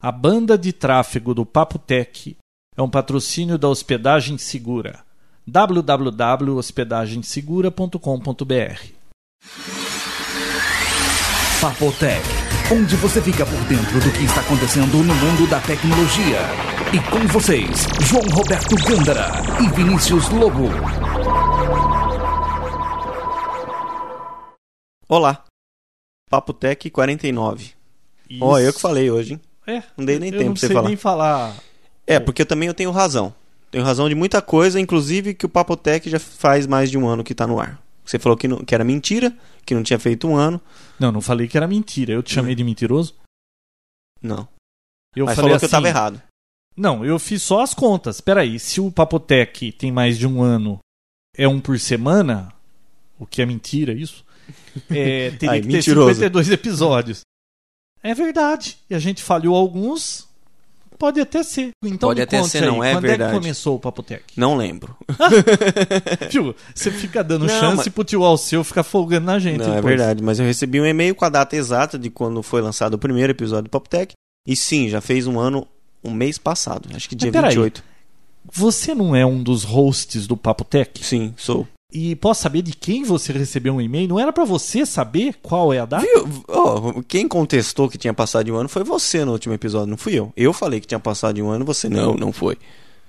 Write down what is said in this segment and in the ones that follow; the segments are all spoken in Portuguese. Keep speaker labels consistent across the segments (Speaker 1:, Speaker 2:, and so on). Speaker 1: A banda de tráfego do Papo Tech é um patrocínio da Hospedagem Segura. www.hospedagensegura.com.br
Speaker 2: Papotec, onde você fica por dentro do que está acontecendo no mundo da tecnologia. E com vocês, João Roberto Gândara e Vinícius Lobo.
Speaker 3: Olá, Papo Tech 49. Ó, eu que falei hoje, hein?
Speaker 1: É,
Speaker 3: Não dei nem
Speaker 1: eu
Speaker 3: tempo
Speaker 1: não
Speaker 3: pra você
Speaker 1: sei
Speaker 3: falar.
Speaker 1: nem falar.
Speaker 3: É, porque também eu tenho razão. Tenho razão de muita coisa, inclusive que o Papotec já faz mais de um ano que tá no ar. Você falou que, não- que era mentira, que não tinha feito um ano.
Speaker 1: Não, não falei que era mentira. Eu te chamei de mentiroso.
Speaker 3: Não.
Speaker 1: Eu
Speaker 3: Mas
Speaker 1: falei
Speaker 3: falou que eu
Speaker 1: assim,
Speaker 3: tava errado.
Speaker 1: Não, eu fiz só as contas. Peraí, se o Papotec tem mais de um ano, é um por semana, o que é mentira isso, é, teria
Speaker 3: Ai,
Speaker 1: que
Speaker 3: mentiroso.
Speaker 1: ter 52 episódios. É verdade. E a gente falhou alguns. Pode até ser. Então
Speaker 3: Pode
Speaker 1: me
Speaker 3: até
Speaker 1: conte
Speaker 3: ser,
Speaker 1: aí,
Speaker 3: não, é
Speaker 1: quando é
Speaker 3: verdade.
Speaker 1: que começou o Papotec?
Speaker 3: Não lembro.
Speaker 1: Tio, você fica dando
Speaker 3: Não,
Speaker 1: chance
Speaker 3: mas-
Speaker 1: pro tio Alceu ficar folgando na gente.
Speaker 3: Não, é
Speaker 1: depois.
Speaker 3: verdade. Mas eu recebi um e-mail com a data exata de quando foi lançado o primeiro episódio do Papotec. E sim, já fez um ano, um mês passado. Acho que dia
Speaker 1: peraí.
Speaker 3: 28.
Speaker 1: Você não é um dos hosts do Papotec?
Speaker 3: Sim, sou.
Speaker 1: E posso saber de quem você recebeu um e-mail? Não era pra você saber qual é a data?
Speaker 3: Viu? Ó, quem contestou que tinha passado de um ano foi você no último episódio, não fui eu. Eu falei que tinha passado de um ano, você não, não foi.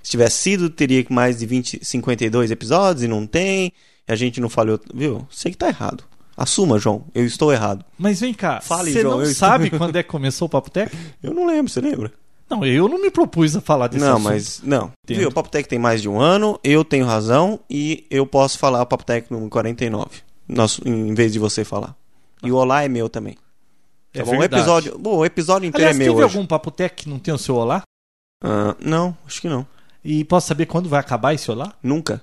Speaker 3: Se tivesse sido, teria mais de 20, 52 episódios e não tem. E a gente não falhou, viu? Sei que tá errado. Assuma, João, eu estou errado.
Speaker 1: Mas vem cá,
Speaker 3: Fale,
Speaker 1: você
Speaker 3: João,
Speaker 1: não
Speaker 3: eu estou-
Speaker 1: sabe quando é que começou o Papo Tech?
Speaker 3: Eu não lembro, você lembra?
Speaker 1: Não, eu não me propus a falar desse
Speaker 3: não,
Speaker 1: assunto.
Speaker 3: mas não.
Speaker 1: Entendo.
Speaker 3: Viu? O Papo Tech tem mais de um ano, eu tenho razão e eu posso falar o Papo Tech no 49. Nosso, em vez de você falar. E o olá é meu também.
Speaker 1: É
Speaker 3: Tá bom? O
Speaker 1: verdade.
Speaker 3: episódio, bom, o episódio inteiro
Speaker 1: Aliás,
Speaker 3: é
Speaker 1: teve
Speaker 3: meu hoje.
Speaker 1: algum Papo Tech que não tem o seu olá?
Speaker 3: Ah, não, acho que não.
Speaker 1: E posso saber quando vai acabar esse olá?
Speaker 3: Nunca.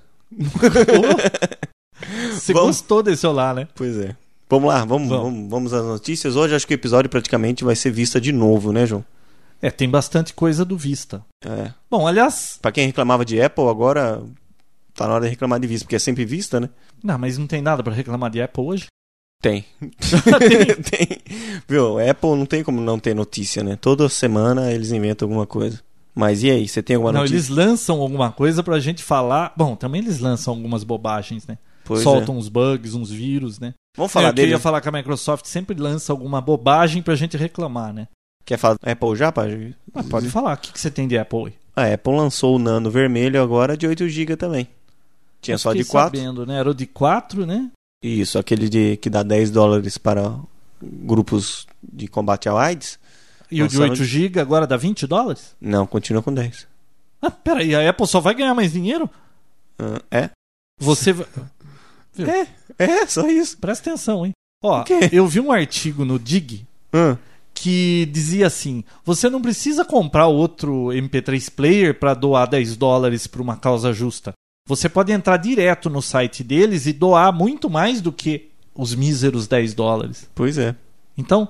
Speaker 1: Ô, Você
Speaker 3: Vamos.
Speaker 1: gostou desse olá, né?
Speaker 3: Pois é. Vamos lá, vamos,
Speaker 1: Vamos.
Speaker 3: vamos. vamos às notícias. Hoje acho que o episódio praticamente vai ser vista de novo, né, João?
Speaker 1: É, tem bastante coisa do Vista.
Speaker 3: É.
Speaker 1: Bom, aliás,
Speaker 3: Pra quem reclamava de Apple, agora tá na hora de reclamar de vista, porque é sempre vista, né?
Speaker 1: não, mas não tem nada pra reclamar de Apple hoje.
Speaker 3: Tem. tem. Viu, Apple não tem como não ter notícia, né? Toda semana eles inventam alguma coisa. Mas e aí, você tem alguma
Speaker 1: não,
Speaker 3: notícia?
Speaker 1: eles lançam alguma coisa pra gente falar. Bom, também eles lançam algumas bobagens, né?
Speaker 3: Pois é.
Speaker 1: Soltam uns bugs, uns vírus, né?
Speaker 3: Vamos falar
Speaker 1: é, que Eu
Speaker 3: dele.
Speaker 1: ia falar que a Microsoft sempre lança alguma bobagem pra gente reclamar, né?
Speaker 3: Quer falar da Apple já, pá?
Speaker 1: Ah, pode falar. O que, que você tem de Apple aí?
Speaker 3: A Apple lançou o Nano vermelho agora de 8 GB também. Tinha
Speaker 1: Eu
Speaker 3: só de
Speaker 1: fiquei
Speaker 3: 4.
Speaker 1: Sabendo, né? Era o de 4, né?
Speaker 3: Isso, aquele de, que dá 10 dólares para grupos de combate ao AIDS?
Speaker 1: E o de
Speaker 3: Lançaram
Speaker 1: 8
Speaker 3: de-
Speaker 1: GB agora dá 20 dólares?
Speaker 3: Não, continua com 10.
Speaker 1: Ah, peraí, a Apple só vai ganhar mais dinheiro?
Speaker 3: Ah, é?
Speaker 1: Você. va-
Speaker 3: É, só isso.
Speaker 1: Presta atenção, hein? Ó,
Speaker 3: O quê?
Speaker 1: eu vi um artigo no Dig
Speaker 3: Ah,
Speaker 1: que dizia assim: você não precisa comprar outro MP3 player para doar 10 dólares para uma causa justa. Você pode entrar direto no site deles e doar muito mais do que os míseros 10 dólares.
Speaker 3: pois é.
Speaker 1: Então,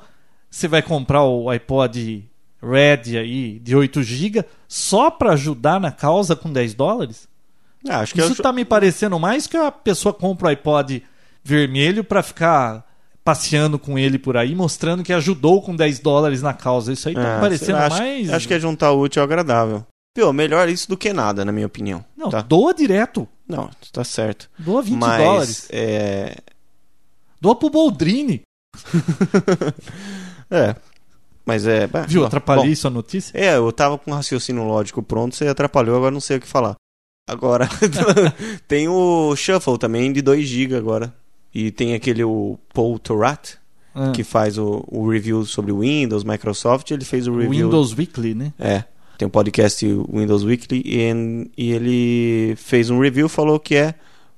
Speaker 1: você vai comprar o iPod Red aí de 8 GB só para ajudar na causa com 10 dólares?
Speaker 3: Ah, acho que
Speaker 1: Isso
Speaker 3: eu-
Speaker 1: tá me parecendo mais que a pessoa compra o iPod vermelho para ficar passeando com ele por aí, mostrando que ajudou com 10 dólares na causa. Isso aí tá
Speaker 3: Ah,
Speaker 1: me parecendo
Speaker 3: sei lá, acho-
Speaker 1: mais.
Speaker 3: Acho que é juntar o útil ao agradável. Pô, melhor isso do que nada, na minha opinião.
Speaker 1: Não,
Speaker 3: tá?
Speaker 1: doa direto.
Speaker 3: Não, tá certo.
Speaker 1: Doa 20
Speaker 3: Mas,
Speaker 1: dólares.
Speaker 3: é...
Speaker 1: Doa pro Boldrini.
Speaker 3: É. Mas é... bah,
Speaker 1: Viu?
Speaker 3: bom,
Speaker 1: Atrapalhei sua notícia.
Speaker 3: bom. É, eu tava com um raciocínio lógico pronto, você atrapalhou, agora não sei o que falar. Agora, tem o Shuffle também, de 2 GB agora. E tem aquele o Paul Torat,
Speaker 1: Ah,
Speaker 3: que faz o, o review sobre o Windows, Microsoft, ele fez o review.
Speaker 1: Windows Weekly, né?
Speaker 3: É. Tem um podcast Windows Weekly e, e ele fez um review falou que é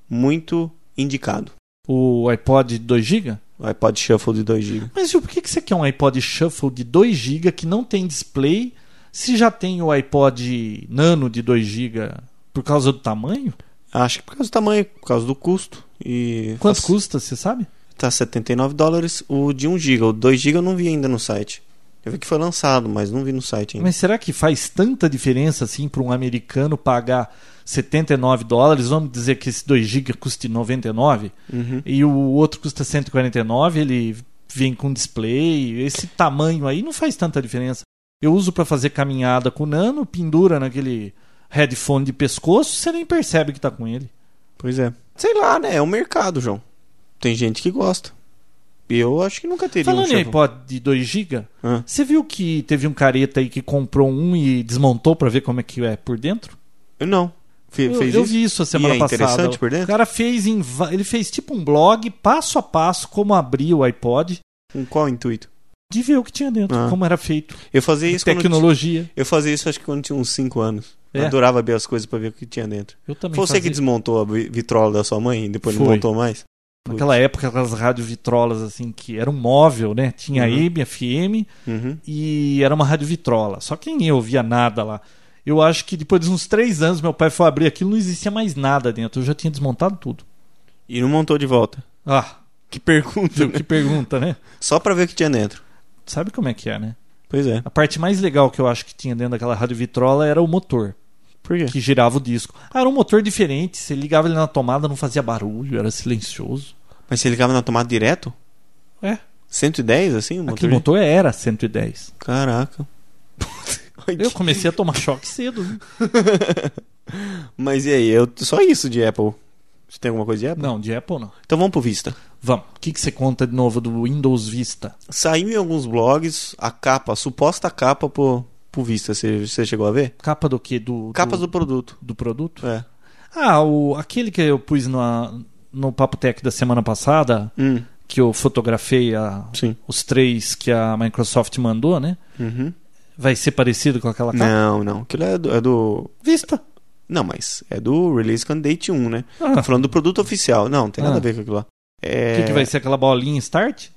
Speaker 3: muito indicado.
Speaker 1: O iPod de 2 GB?
Speaker 3: O iPod Shuffle de 2 GB.
Speaker 1: Mas Gil, por que que você quer um iPod Shuffle de 2 GB que não tem display se já tem o iPod Nano de 2 GB por causa do tamanho?
Speaker 3: Acho que por causa do tamanho, por causa do custo. E
Speaker 1: Quanto
Speaker 3: faz-
Speaker 1: custa, você sabe?
Speaker 3: Tá 79 dólares o de 1 GB. O 2 GB eu não vi ainda no site. Eu vi que foi lançado, mas não vi no site ainda.
Speaker 1: Mas será que faz tanta diferença assim para um americano pagar 79 dólares? Vamos dizer que esse 2 GB custe 99
Speaker 3: Uhum.
Speaker 1: e o outro custa 149, ele vem com display, esse tamanho aí não faz tanta diferença. Eu uso para fazer caminhada com o Nano, pendura naquele headphone de pescoço, você nem percebe que tá com ele.
Speaker 3: Pois é. Sei lá, né? É um mercado, João. Tem gente que gosta. Eu acho que nunca teria um
Speaker 1: Falando em
Speaker 3: Chevron.
Speaker 1: iPod de 2 GB,
Speaker 3: Ah.
Speaker 1: você viu que teve um careta aí que comprou um e desmontou pra ver como é que é por dentro?
Speaker 3: Eu Não. Fe-
Speaker 1: Eu,
Speaker 3: fez
Speaker 1: eu
Speaker 3: isso?
Speaker 1: vi isso a semana
Speaker 3: E é
Speaker 1: passada.
Speaker 3: interessante por
Speaker 1: O
Speaker 3: dentro?
Speaker 1: cara fez em va- ele fez tipo um blog passo a passo como abrir o iPod,
Speaker 3: Com qual intuito?
Speaker 1: de ver o que tinha dentro,
Speaker 3: Ah.
Speaker 1: como era feito,
Speaker 3: Eu fazia isso quando eu
Speaker 1: tecnologia.
Speaker 3: ti- eu fazia isso acho que quando tinha uns 5 anos.
Speaker 1: É.
Speaker 3: Eu adorava ver as coisas pra ver o que tinha dentro.
Speaker 1: Eu também
Speaker 3: Foi você que
Speaker 1: fazia.
Speaker 3: desmontou a vi- vitrola da sua mãe e depois não
Speaker 1: Foi.
Speaker 3: montou mais?
Speaker 1: Naquela época aquelas rádio vitrolas assim que era um móvel, né? Tinha
Speaker 3: Uhum.
Speaker 1: AM, FM,
Speaker 3: Uhum.
Speaker 1: e era uma rádio vitrola. Só que nem ouvia nada lá. Eu acho que depois de uns três anos, meu pai foi abrir aquilo, não existia mais nada dentro. Eu já tinha desmontado tudo.
Speaker 3: E não montou de volta.
Speaker 1: Ah,
Speaker 3: Que pergunta.
Speaker 1: que pergunta, né?
Speaker 3: Só pra ver o que tinha dentro.
Speaker 1: Sabe como é que é, né?
Speaker 3: Pois é.
Speaker 1: A parte mais legal que eu acho que tinha dentro daquela rádio vitrola era o motor,
Speaker 3: Por quê?
Speaker 1: que girava o disco. Ah, era um motor diferente, você ligava ele na tomada, não fazia barulho, era silencioso.
Speaker 3: Mas você ligava na tomada direto?
Speaker 1: É.
Speaker 3: 110 assim? O motor?
Speaker 1: Aquele Um motor era 110.
Speaker 3: Caraca. Ai, que-
Speaker 1: Eu comecei a tomar choque cedo. né?
Speaker 3: Mas e aí? Eu... Só isso de Apple. Você tem alguma coisa de Apple?
Speaker 1: Não, de Apple não.
Speaker 3: Então vamos pro Vista.
Speaker 1: Vamos, o que, que você conta de novo do Windows Vista?
Speaker 3: Saiu em alguns blogs a capa, a suposta capa pro, pro Vista. Você, você chegou a ver?
Speaker 1: Capa do quê? Do,
Speaker 3: Capas do produto.
Speaker 1: do produto?
Speaker 3: É.
Speaker 1: Ah, o, aquele que eu pus na, no Papo Tech da semana passada,
Speaker 3: Hum,
Speaker 1: que eu fotografei a-
Speaker 3: sim.
Speaker 1: os três que a Microsoft mandou, né?
Speaker 3: Uhum.
Speaker 1: Vai ser parecido com aquela capa?
Speaker 3: Não, não. Aquilo é do, é do-
Speaker 1: Vista.
Speaker 3: Não, mas é do Release Candidate 1, né?
Speaker 1: Ah,
Speaker 3: Tô falando do produto oficial. Não, não tem
Speaker 1: Ah.
Speaker 3: nada a ver com aquilo lá.
Speaker 1: O
Speaker 3: É...
Speaker 1: que, que vai ser aquela bolinha start?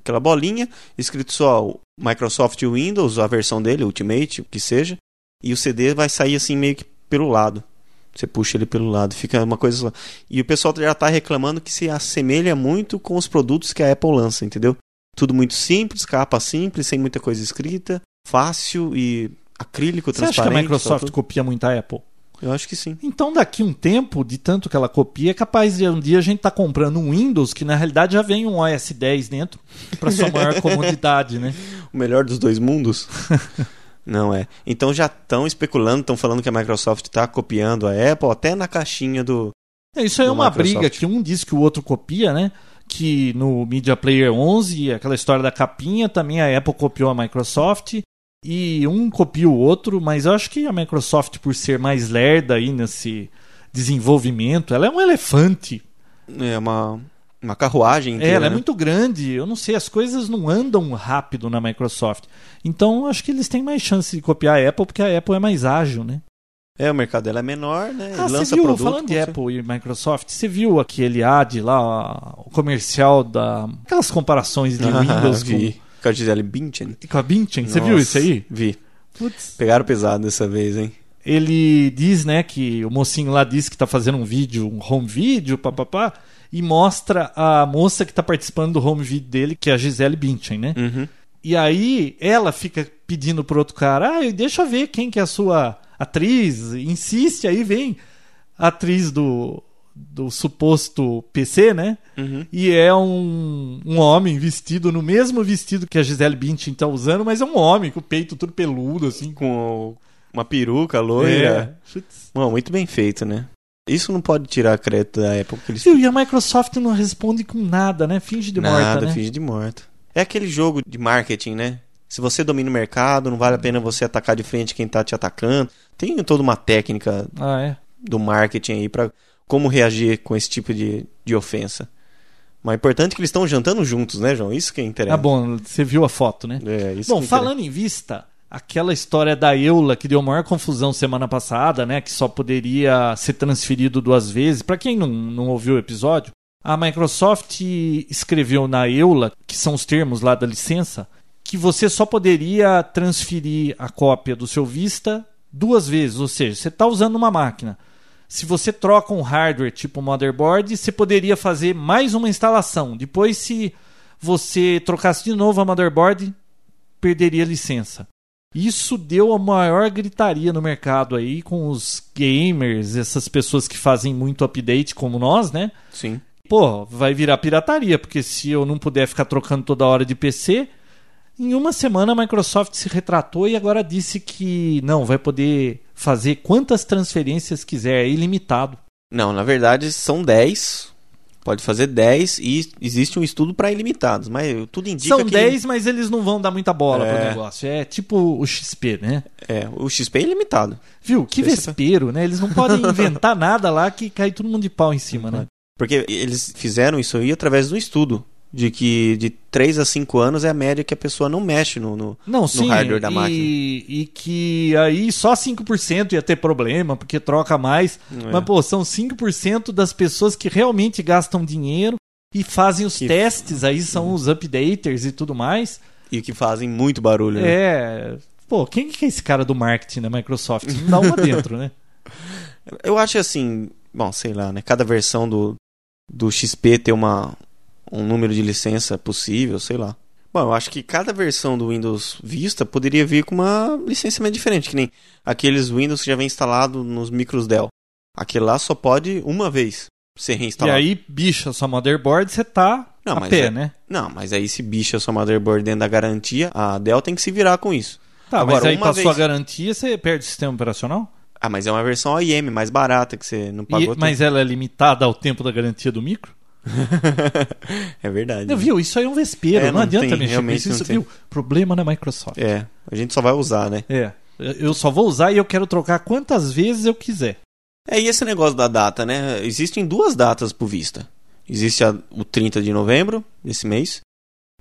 Speaker 3: aquela bolinha, escrito só o Microsoft Windows, a versão dele, Ultimate, o que seja, e o CD vai sair assim meio que pelo lado. Você puxa ele pelo lado, fica uma coisa lá. E o pessoal já tá reclamando que se assemelha muito com os produtos que a Apple lança, entendeu? Tudo muito simples, capa simples, sem muita coisa escrita, fácil e acrílico,
Speaker 1: Você acha que a
Speaker 3: transparente. só
Speaker 1: Microsoft
Speaker 3: tudo.
Speaker 1: copia muito a Apple?
Speaker 3: Eu acho que sim.
Speaker 1: Então, daqui um tempo, de tanto que ela copia, é capaz de um dia a gente tá comprando um Windows que na realidade já vem um OS 10 dentro para sua maior comodidade, né?
Speaker 3: O melhor dos dois mundos? Não é. Então já estão especulando, estão falando que a Microsoft está copiando a Apple, até na caixinha do,
Speaker 1: É, Isso aí é
Speaker 3: do
Speaker 1: uma
Speaker 3: Microsoft.
Speaker 1: briga que um diz que o outro copia, né? Que no Media Player 11, aquela história da capinha, também a Apple copiou a Microsoft e um copia o outro, mas eu acho que a Microsoft, por ser mais lerda aí nesse desenvolvimento, ela é um elefante.
Speaker 3: É uma, uma carruagem
Speaker 1: É,
Speaker 3: inteira,
Speaker 1: ela é
Speaker 3: né?
Speaker 1: muito grande, eu não sei, as coisas não andam rápido na Microsoft. Então eu acho que eles têm mais chance de copiar a Apple, porque a Apple é mais ágil, né?
Speaker 3: É, o mercado dela é menor, né?
Speaker 1: Ah, você
Speaker 3: lança
Speaker 1: viu,
Speaker 3: produto.
Speaker 1: falando de
Speaker 3: você-
Speaker 1: Apple e Microsoft, você viu aquele ad lá, o comercial da. Aquelas comparações de
Speaker 3: Ah,
Speaker 1: Windows com,
Speaker 3: vi. Com a Gisele Bündchen.
Speaker 1: com a Binchen? Você viu
Speaker 3: Nossa,
Speaker 1: isso aí?
Speaker 3: Vi.
Speaker 1: Putz.
Speaker 3: Pegaram pesado dessa vez, hein?
Speaker 1: Ele diz, né, que o mocinho lá diz que tá fazendo um vídeo, um home vídeo, papapá, e mostra a moça que tá participando do home vídeo dele, que é a Gisele Bündchen, né?
Speaker 3: Uhum.
Speaker 1: E aí ela fica pedindo pro outro cara, ah, deixa eu ver quem que é a sua atriz, insiste, aí vem a atriz do, do suposto PC, né?
Speaker 3: Uhum.
Speaker 1: E é um, um homem vestido no mesmo vestido que a Gisele Bündchen tá usando, mas é um homem com o peito tudo peludo, assim.
Speaker 3: Com o- uma peruca loira.
Speaker 1: É. Putz.
Speaker 3: Bom, muito bem feito, né? Isso não pode tirar crédito da Apple, porque eles...
Speaker 1: Viu, e a Microsoft não responde com nada, né? Finge de
Speaker 3: Nada,
Speaker 1: morta, né?
Speaker 3: finge de morto. É aquele jogo de marketing, né? Se você domina o mercado, não vale a pena você atacar de frente quem tá te atacando. Tem toda uma técnica
Speaker 1: Ah, é.
Speaker 3: do marketing aí para como reagir com esse tipo de, de ofensa. Mas é importante que eles estão jantando juntos, né, João? Isso que interessa.
Speaker 1: Ah, bom, você viu a foto, né?
Speaker 3: É, isso
Speaker 1: Bom,
Speaker 3: que interessa.
Speaker 1: falando em vista, aquela história da Eula que deu maior confusão semana passada, né? Que só poderia ser transferido duas vezes. Pra quem não, não ouviu o episódio, a Microsoft escreveu na Eula, que são os termos lá da licença, que você só poderia transferir a cópia do seu Vista duas vezes. Ou seja, você está usando uma máquina. Se você troca um hardware tipo motherboard, você poderia fazer mais uma instalação. Depois, se você trocasse de novo a motherboard, perderia a licença. Isso deu a maior gritaria no mercado aí com os gamers, essas pessoas que fazem muito update como nós, né?
Speaker 3: Sim.
Speaker 1: Pô, vai virar pirataria, porque se eu não puder ficar trocando toda hora de PC, Em uma semana, a Microsoft se retratou e agora disse que não, vai poder fazer quantas transferências quiser, é ilimitado.
Speaker 3: Não, na verdade são 10. Pode fazer 10 e existe um estudo para ilimitados, mas tudo indica
Speaker 1: São
Speaker 3: que
Speaker 1: 10, mas eles não vão dar muita bola pro
Speaker 3: É.
Speaker 1: negócio. É tipo o XP, né?
Speaker 3: é, o XP é ilimitado.
Speaker 1: Viu? Que
Speaker 3: Sei se-
Speaker 1: vespeiro, né? Eles não podem inventar nada lá que cai todo mundo de pau em cima, né?
Speaker 3: Porque eles fizeram isso aí através de um estudo de que de 3 a 5 anos é a média que a pessoa não mexe no, no-
Speaker 1: Não, sim.
Speaker 3: hardware da
Speaker 1: e,
Speaker 3: máquina.
Speaker 1: E que aí só 5% ia ter problema, porque troca mais.
Speaker 3: É.
Speaker 1: Mas, pô, são 5% das pessoas que realmente gastam dinheiro e fazem os
Speaker 3: Que-
Speaker 1: testes, aí são os updaters e tudo mais.
Speaker 3: e que fazem muito barulho. né?
Speaker 1: É. Pô, quem que é esse cara do marketing da Microsoft? Não dá uma dentro, né?
Speaker 3: Eu acho assim, bom, sei lá, né? Cada versão do, do XP ter uma, um número de licença possível, sei lá. Bom, eu acho que cada versão do Windows Vista poderia vir com uma licenciamento diferente, que nem aqueles Windows que já vem instalado nos micros Dell. Aquele lá só pode uma vez ser
Speaker 1: e
Speaker 3: reinstalado.
Speaker 1: aí, bicha, sua motherboard, você tá
Speaker 3: Tá Não,
Speaker 1: a
Speaker 3: mas
Speaker 1: pé,
Speaker 3: é-
Speaker 1: né?
Speaker 3: Não, mas aí se bicha sua motherboard dentro da garantia, a Dell tem que se virar com isso.
Speaker 1: Tá, mas
Speaker 3: Agora,
Speaker 1: aí
Speaker 3: uma
Speaker 1: com a
Speaker 3: vez-
Speaker 1: sua garantia, você perde o sistema operacional?
Speaker 3: Ah, mas é uma versão OEM mais barata que você não
Speaker 1: E-
Speaker 3: pagou.
Speaker 1: mas ela é limitada ao tempo da garantia do micro?
Speaker 3: tudo. é verdade.
Speaker 1: Não, viu? Isso aí é um vespeiro,
Speaker 3: É,
Speaker 1: não,
Speaker 3: não
Speaker 1: adianta
Speaker 3: tem,
Speaker 1: mexer com
Speaker 3: realmente
Speaker 1: isso.
Speaker 3: não
Speaker 1: Isso,
Speaker 3: tem.
Speaker 1: viu? Problema na Microsoft.
Speaker 3: É, a gente só vai usar, né?
Speaker 1: É. Eu só vou usar e eu quero trocar quantas vezes eu quiser.
Speaker 3: É, e esse negócio da data, né? Existem duas datas pro Vista. Existe a- o 30 de novembro desse mês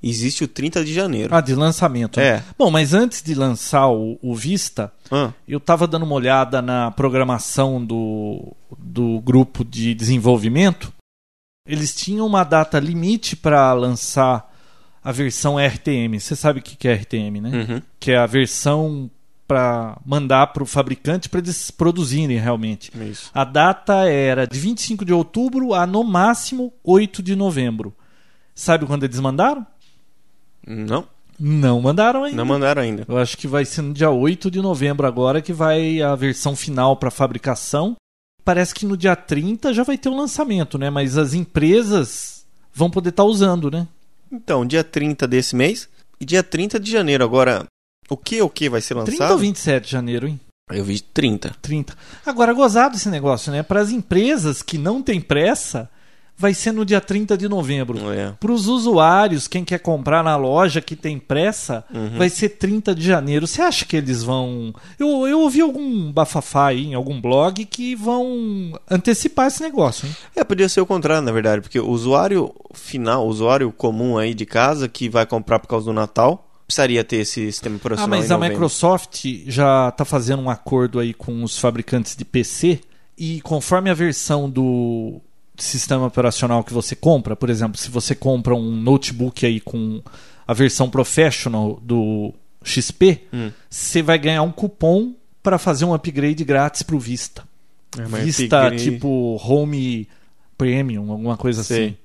Speaker 3: e existe o 30 de janeiro.
Speaker 1: Ah, de lançamento. né?
Speaker 3: é.
Speaker 1: Bom, mas antes de lançar o, o Vista,
Speaker 3: Ah,
Speaker 1: eu estava dando uma olhada na programação do, do grupo de desenvolvimento. Eles tinham uma data limite para lançar a versão RTM. Você sabe o que que é RTM, né?
Speaker 3: uhum.
Speaker 1: que é a versão para mandar para o fabricante para eles produzirem realmente.
Speaker 3: É isso.
Speaker 1: A data era de 25 de outubro a no máximo 8 de novembro. Sabe quando eles mandaram?
Speaker 3: Não,
Speaker 1: Não mandaram ainda.
Speaker 3: não mandaram ainda.
Speaker 1: Eu acho que vai ser no dia 8 de novembro agora que vai a versão final para fabricação. Parece que no dia 30 já vai ter o lançamento, né? Mas as empresas vão poder estar usando, né?
Speaker 3: Então, dia 30 desse mês e dia 30 de janeiro. Agora, o que o que vai ser
Speaker 1: 30 ou
Speaker 3: lançado?
Speaker 1: 27 de janeiro, hein?
Speaker 3: Eu vi 30.
Speaker 1: 30. Agora, gozado esse negócio, né? Para as empresas que não têm pressa, vai ser no dia 30 de novembro.
Speaker 3: É.
Speaker 1: Para os usuários, quem quer comprar na loja que tem pressa, vai ser 30 de janeiro. Você acha que eles vão. Eu, eu ouvi algum bafafá aí em algum blog que vão antecipar esse negócio, hein?
Speaker 3: É, podia ser o contrário, na verdade, porque o usuário final, o usuário comum aí de casa que vai comprar por causa do Natal, precisaria ter esse sistema
Speaker 1: Ah,
Speaker 3: operacional em
Speaker 1: mas a
Speaker 3: novembro.
Speaker 1: Microsoft já está fazendo um acordo aí com os fabricantes de PC e conforme a versão do sistema operacional que você compra, por exemplo, se você compra um notebook aí com a versão professional do XP,
Speaker 3: Hum.
Speaker 1: você vai ganhar um cupom para fazer um upgrade grátis pro Vista.
Speaker 3: É, mas
Speaker 1: Vista
Speaker 3: upgrade-
Speaker 1: tipo Home Premium, alguma coisa
Speaker 3: Sei.
Speaker 1: assim.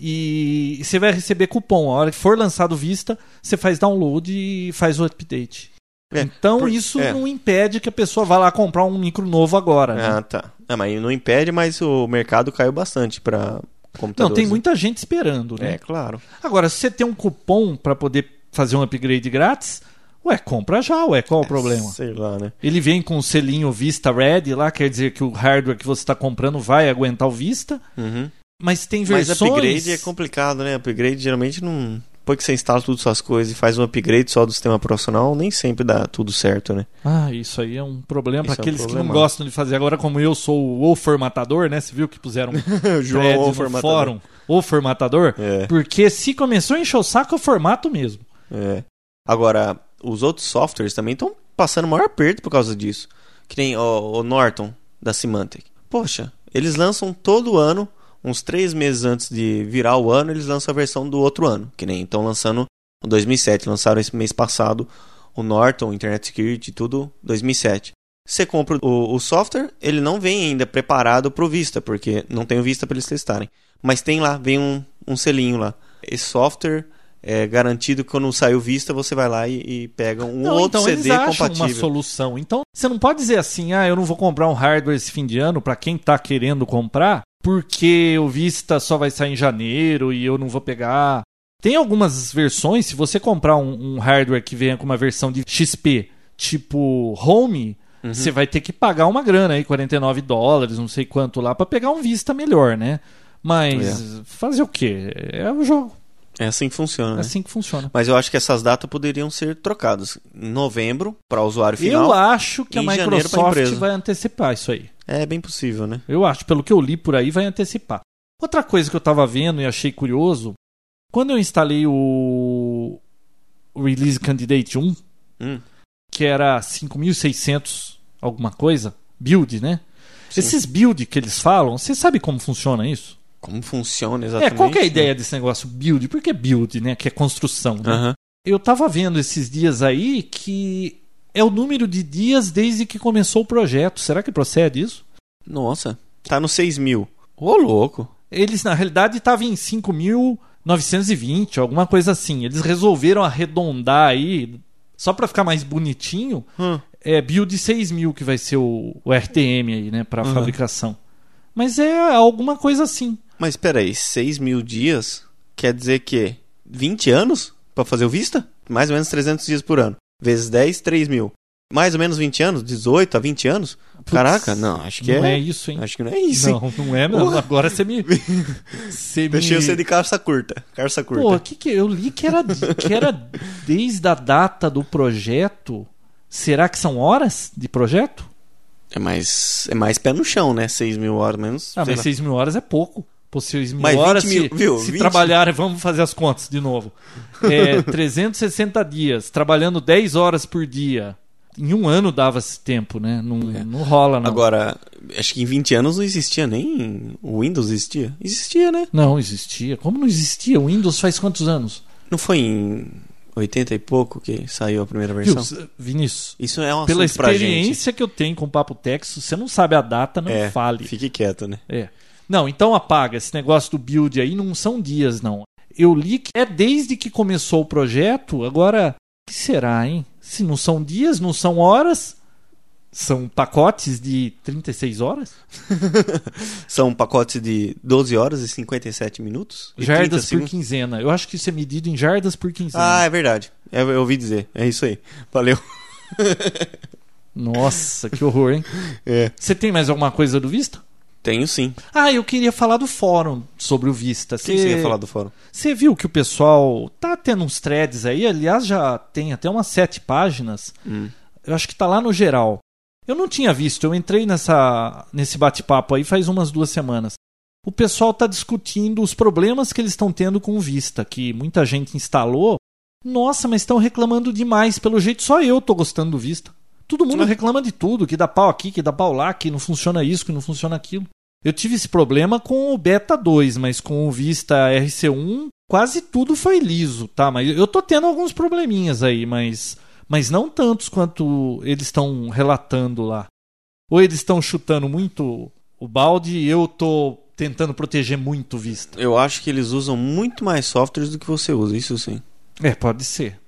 Speaker 1: E você vai receber cupom. A hora que for lançado o Vista, você faz download e faz o update.
Speaker 3: É,
Speaker 1: então
Speaker 3: por-
Speaker 1: isso
Speaker 3: é.
Speaker 1: não impede que a pessoa vá lá comprar um micro novo agora. né?
Speaker 3: Ah, tá. Ah, mas não impede, mas o mercado caiu bastante pra computadores.
Speaker 1: não, tem
Speaker 3: né?
Speaker 1: muita gente esperando, né?
Speaker 3: É, claro.
Speaker 1: Agora, se você tem um cupom para poder fazer um upgrade grátis, ué, compra já, ué, qual o
Speaker 3: É.
Speaker 1: problema?
Speaker 3: Sei lá, né?
Speaker 1: Ele vem com o selinho Vista Red lá, quer dizer que o hardware que você está comprando vai aguentar o Vista,
Speaker 3: Uhum.
Speaker 1: mas tem
Speaker 3: Mas
Speaker 1: versões...
Speaker 3: upgrade é complicado, né? Upgrade geralmente não. Depois que você instala tudo suas coisas e faz um upgrade só do sistema profissional, nem sempre dá tudo certo, né?
Speaker 1: Ah, isso aí é um problema para
Speaker 3: Isso é um
Speaker 1: aqueles que não
Speaker 3: problema.
Speaker 1: gostam de fazer. Agora, como eu sou o, formatador, né? Você viu que puseram um thread
Speaker 3: ou
Speaker 1: no fórum, o formatador?
Speaker 3: É,
Speaker 1: Porque se começou a encher o saco, eu formato mesmo.
Speaker 3: é. Agora, os outros softwares também estão passando maior aperto por causa disso. Que nem o, o Norton, da Symantec. Poxa, eles lançam todo ano, uns três meses antes de virar o ano, eles lançam a versão do outro ano. Que nem estão lançando o 2007, lançaram esse mês passado o Norton, Internet Security, tudo 2007. Você compra o, o software, ele não vem ainda preparado para o Vista, porque não tem o Vista para eles testarem. Mas tem lá, vem um, um selinho lá. Esse software é garantido que quando sair o Vista, você vai lá e, e pega um
Speaker 1: Não,
Speaker 3: outro
Speaker 1: então
Speaker 3: CD
Speaker 1: eles acham uma
Speaker 3: compatível.
Speaker 1: solução. Então, você não pode dizer assim, ah, eu não vou comprar um hardware esse fim de ano para quem tá querendo comprar, porque o Vista só vai sair em janeiro e eu não vou pegar. Tem algumas versões, se você comprar um, um hardware que venha com uma versão de XP, tipo Home,
Speaker 3: Uhum.
Speaker 1: você vai ter que pagar uma grana aí, 49 dólares, não sei quanto lá, pra pegar um Vista melhor, né? Mas fazer o quê? É o jogo,
Speaker 3: É assim que funciona.
Speaker 1: é
Speaker 3: né?
Speaker 1: assim que funciona.
Speaker 3: Mas eu acho que essas datas poderiam ser trocadas. Em novembro, para usuário final.
Speaker 1: Eu acho que a
Speaker 3: em janeiro pra
Speaker 1: Microsoft
Speaker 3: empresa.
Speaker 1: vai antecipar isso aí.
Speaker 3: É bem possível, né?
Speaker 1: Eu acho, pelo que eu li por aí, vai antecipar. Outra coisa que eu tava vendo e achei curioso, quando eu instalei o Release Candidate 1,
Speaker 3: Hum,
Speaker 1: que era 5600 alguma coisa, build, né?
Speaker 3: Sim.
Speaker 1: Esses build que eles falam, você sabe como funciona isso?
Speaker 3: como funciona exatamente?
Speaker 1: é, qual que é a
Speaker 3: né?
Speaker 1: ideia desse negócio build? Por que build, né? Que é construção, né?
Speaker 3: Aham.
Speaker 1: Eu tava vendo esses dias aí que é o número de dias desde que começou o projeto. Será que procede isso?
Speaker 3: Nossa, tá no 6 mil. Ô, louco.
Speaker 1: Eles, na realidade, estavam em 5.920, alguma coisa assim. Eles resolveram arredondar aí, só pra ficar mais bonitinho,
Speaker 3: Hum.
Speaker 1: é build 6.000 que vai ser o, o RTM aí, né, pra
Speaker 3: Uhum.
Speaker 1: fabricação. Mas é alguma coisa assim.
Speaker 3: Mas peraí, 6 mil dias quer dizer que 20 anos pra fazer o Vista? Mais ou menos 300 dias por ano. Vezes 10, 3 mil. Mais ou menos 20 anos? 18 a 20 anos? Caraca, não, acho que
Speaker 1: não
Speaker 3: é.
Speaker 1: é isso, hein?
Speaker 3: Acho que não é isso. hein?
Speaker 1: Não, não é, não. Agora você me. Você
Speaker 3: Deixei
Speaker 1: me...
Speaker 3: você de calça curta. Calça curta.
Speaker 1: Pô, que que eu li que era, que era desde a data do projeto. Será que são horas de projeto?
Speaker 3: É mais, é mais pé no chão, né? 6 mil horas menos.
Speaker 1: Ah,
Speaker 3: sei
Speaker 1: mas
Speaker 3: lá.
Speaker 1: 6 mil horas é pouco. Pô, 6 mil
Speaker 3: Mas 20
Speaker 1: horas,
Speaker 3: mil,
Speaker 1: se,
Speaker 3: viu?
Speaker 1: se
Speaker 3: 20.
Speaker 1: trabalharem, vamos fazer as contas de novo. É, 360 dias, trabalhando 10 horas por dia. Em um ano dava esse tempo, né? Não, não rola, não.
Speaker 3: É. Agora, acho que em 20 anos não existia nem. O Windows existia? Existia, né?
Speaker 1: Não existia. Como não existia? O Windows faz quantos anos?
Speaker 3: Não foi em 80 e pouco que saiu a primeira
Speaker 1: Viu,
Speaker 3: versão?
Speaker 1: Vinícius,
Speaker 3: Isso é um
Speaker 1: pela
Speaker 3: assunto pra gente.
Speaker 1: experiência que eu tenho com o Papo Texto, você não sabe a data, não
Speaker 3: É,
Speaker 1: fale.
Speaker 3: Fique quieto, né?
Speaker 1: É. Não, então apaga. Esse negócio do build aí não são dias, não. Eu li que é desde que começou o projeto, agora. O que será, hein? Se não são dias, não são horas. São pacotes de 36 horas?
Speaker 3: São pacotes de 12 horas e 57 minutos? e 30
Speaker 1: Jardas é por né?
Speaker 3: segundos.
Speaker 1: quinzena. Eu acho que isso é medido em jardas por quinzena.
Speaker 3: Ah, é verdade. É, eu ouvi dizer. É isso aí. Valeu.
Speaker 1: Nossa, que horror, hein?
Speaker 3: É.
Speaker 1: Você tem mais alguma coisa do Vista?
Speaker 3: Tenho sim.
Speaker 1: Ah, eu queria falar do fórum sobre o Vista.
Speaker 3: O que você ia falar do fórum?
Speaker 1: Você viu que o pessoal tá tendo uns threads aí, aliás, já tem até umas sete páginas. Eu acho que tá lá no geral. Eu não tinha visto, eu entrei nessa, nesse bate-papo aí faz umas duas semanas. O pessoal tá discutindo os problemas que eles estão tendo com o Vista, que muita gente instalou. Nossa, mas estão reclamando demais. Pelo jeito, só eu tô gostando do Vista. Todo mundo
Speaker 3: Ah.
Speaker 1: reclama de tudo, que dá pau aqui, que dá pau lá, que não funciona isso, que não funciona aquilo. Eu tive esse problema com o Beta 2, mas com o Vista RC1 quase tudo foi liso, tá? Mas eu tô tendo alguns probleminhas aí, mas, mas não tantos quanto eles estão relatando lá. Ou eles estão chutando muito o balde e eu tô tentando proteger muito o Vista.
Speaker 3: Eu acho que eles usam muito mais softwares do que você usa, isso sim.
Speaker 1: É, pode ser.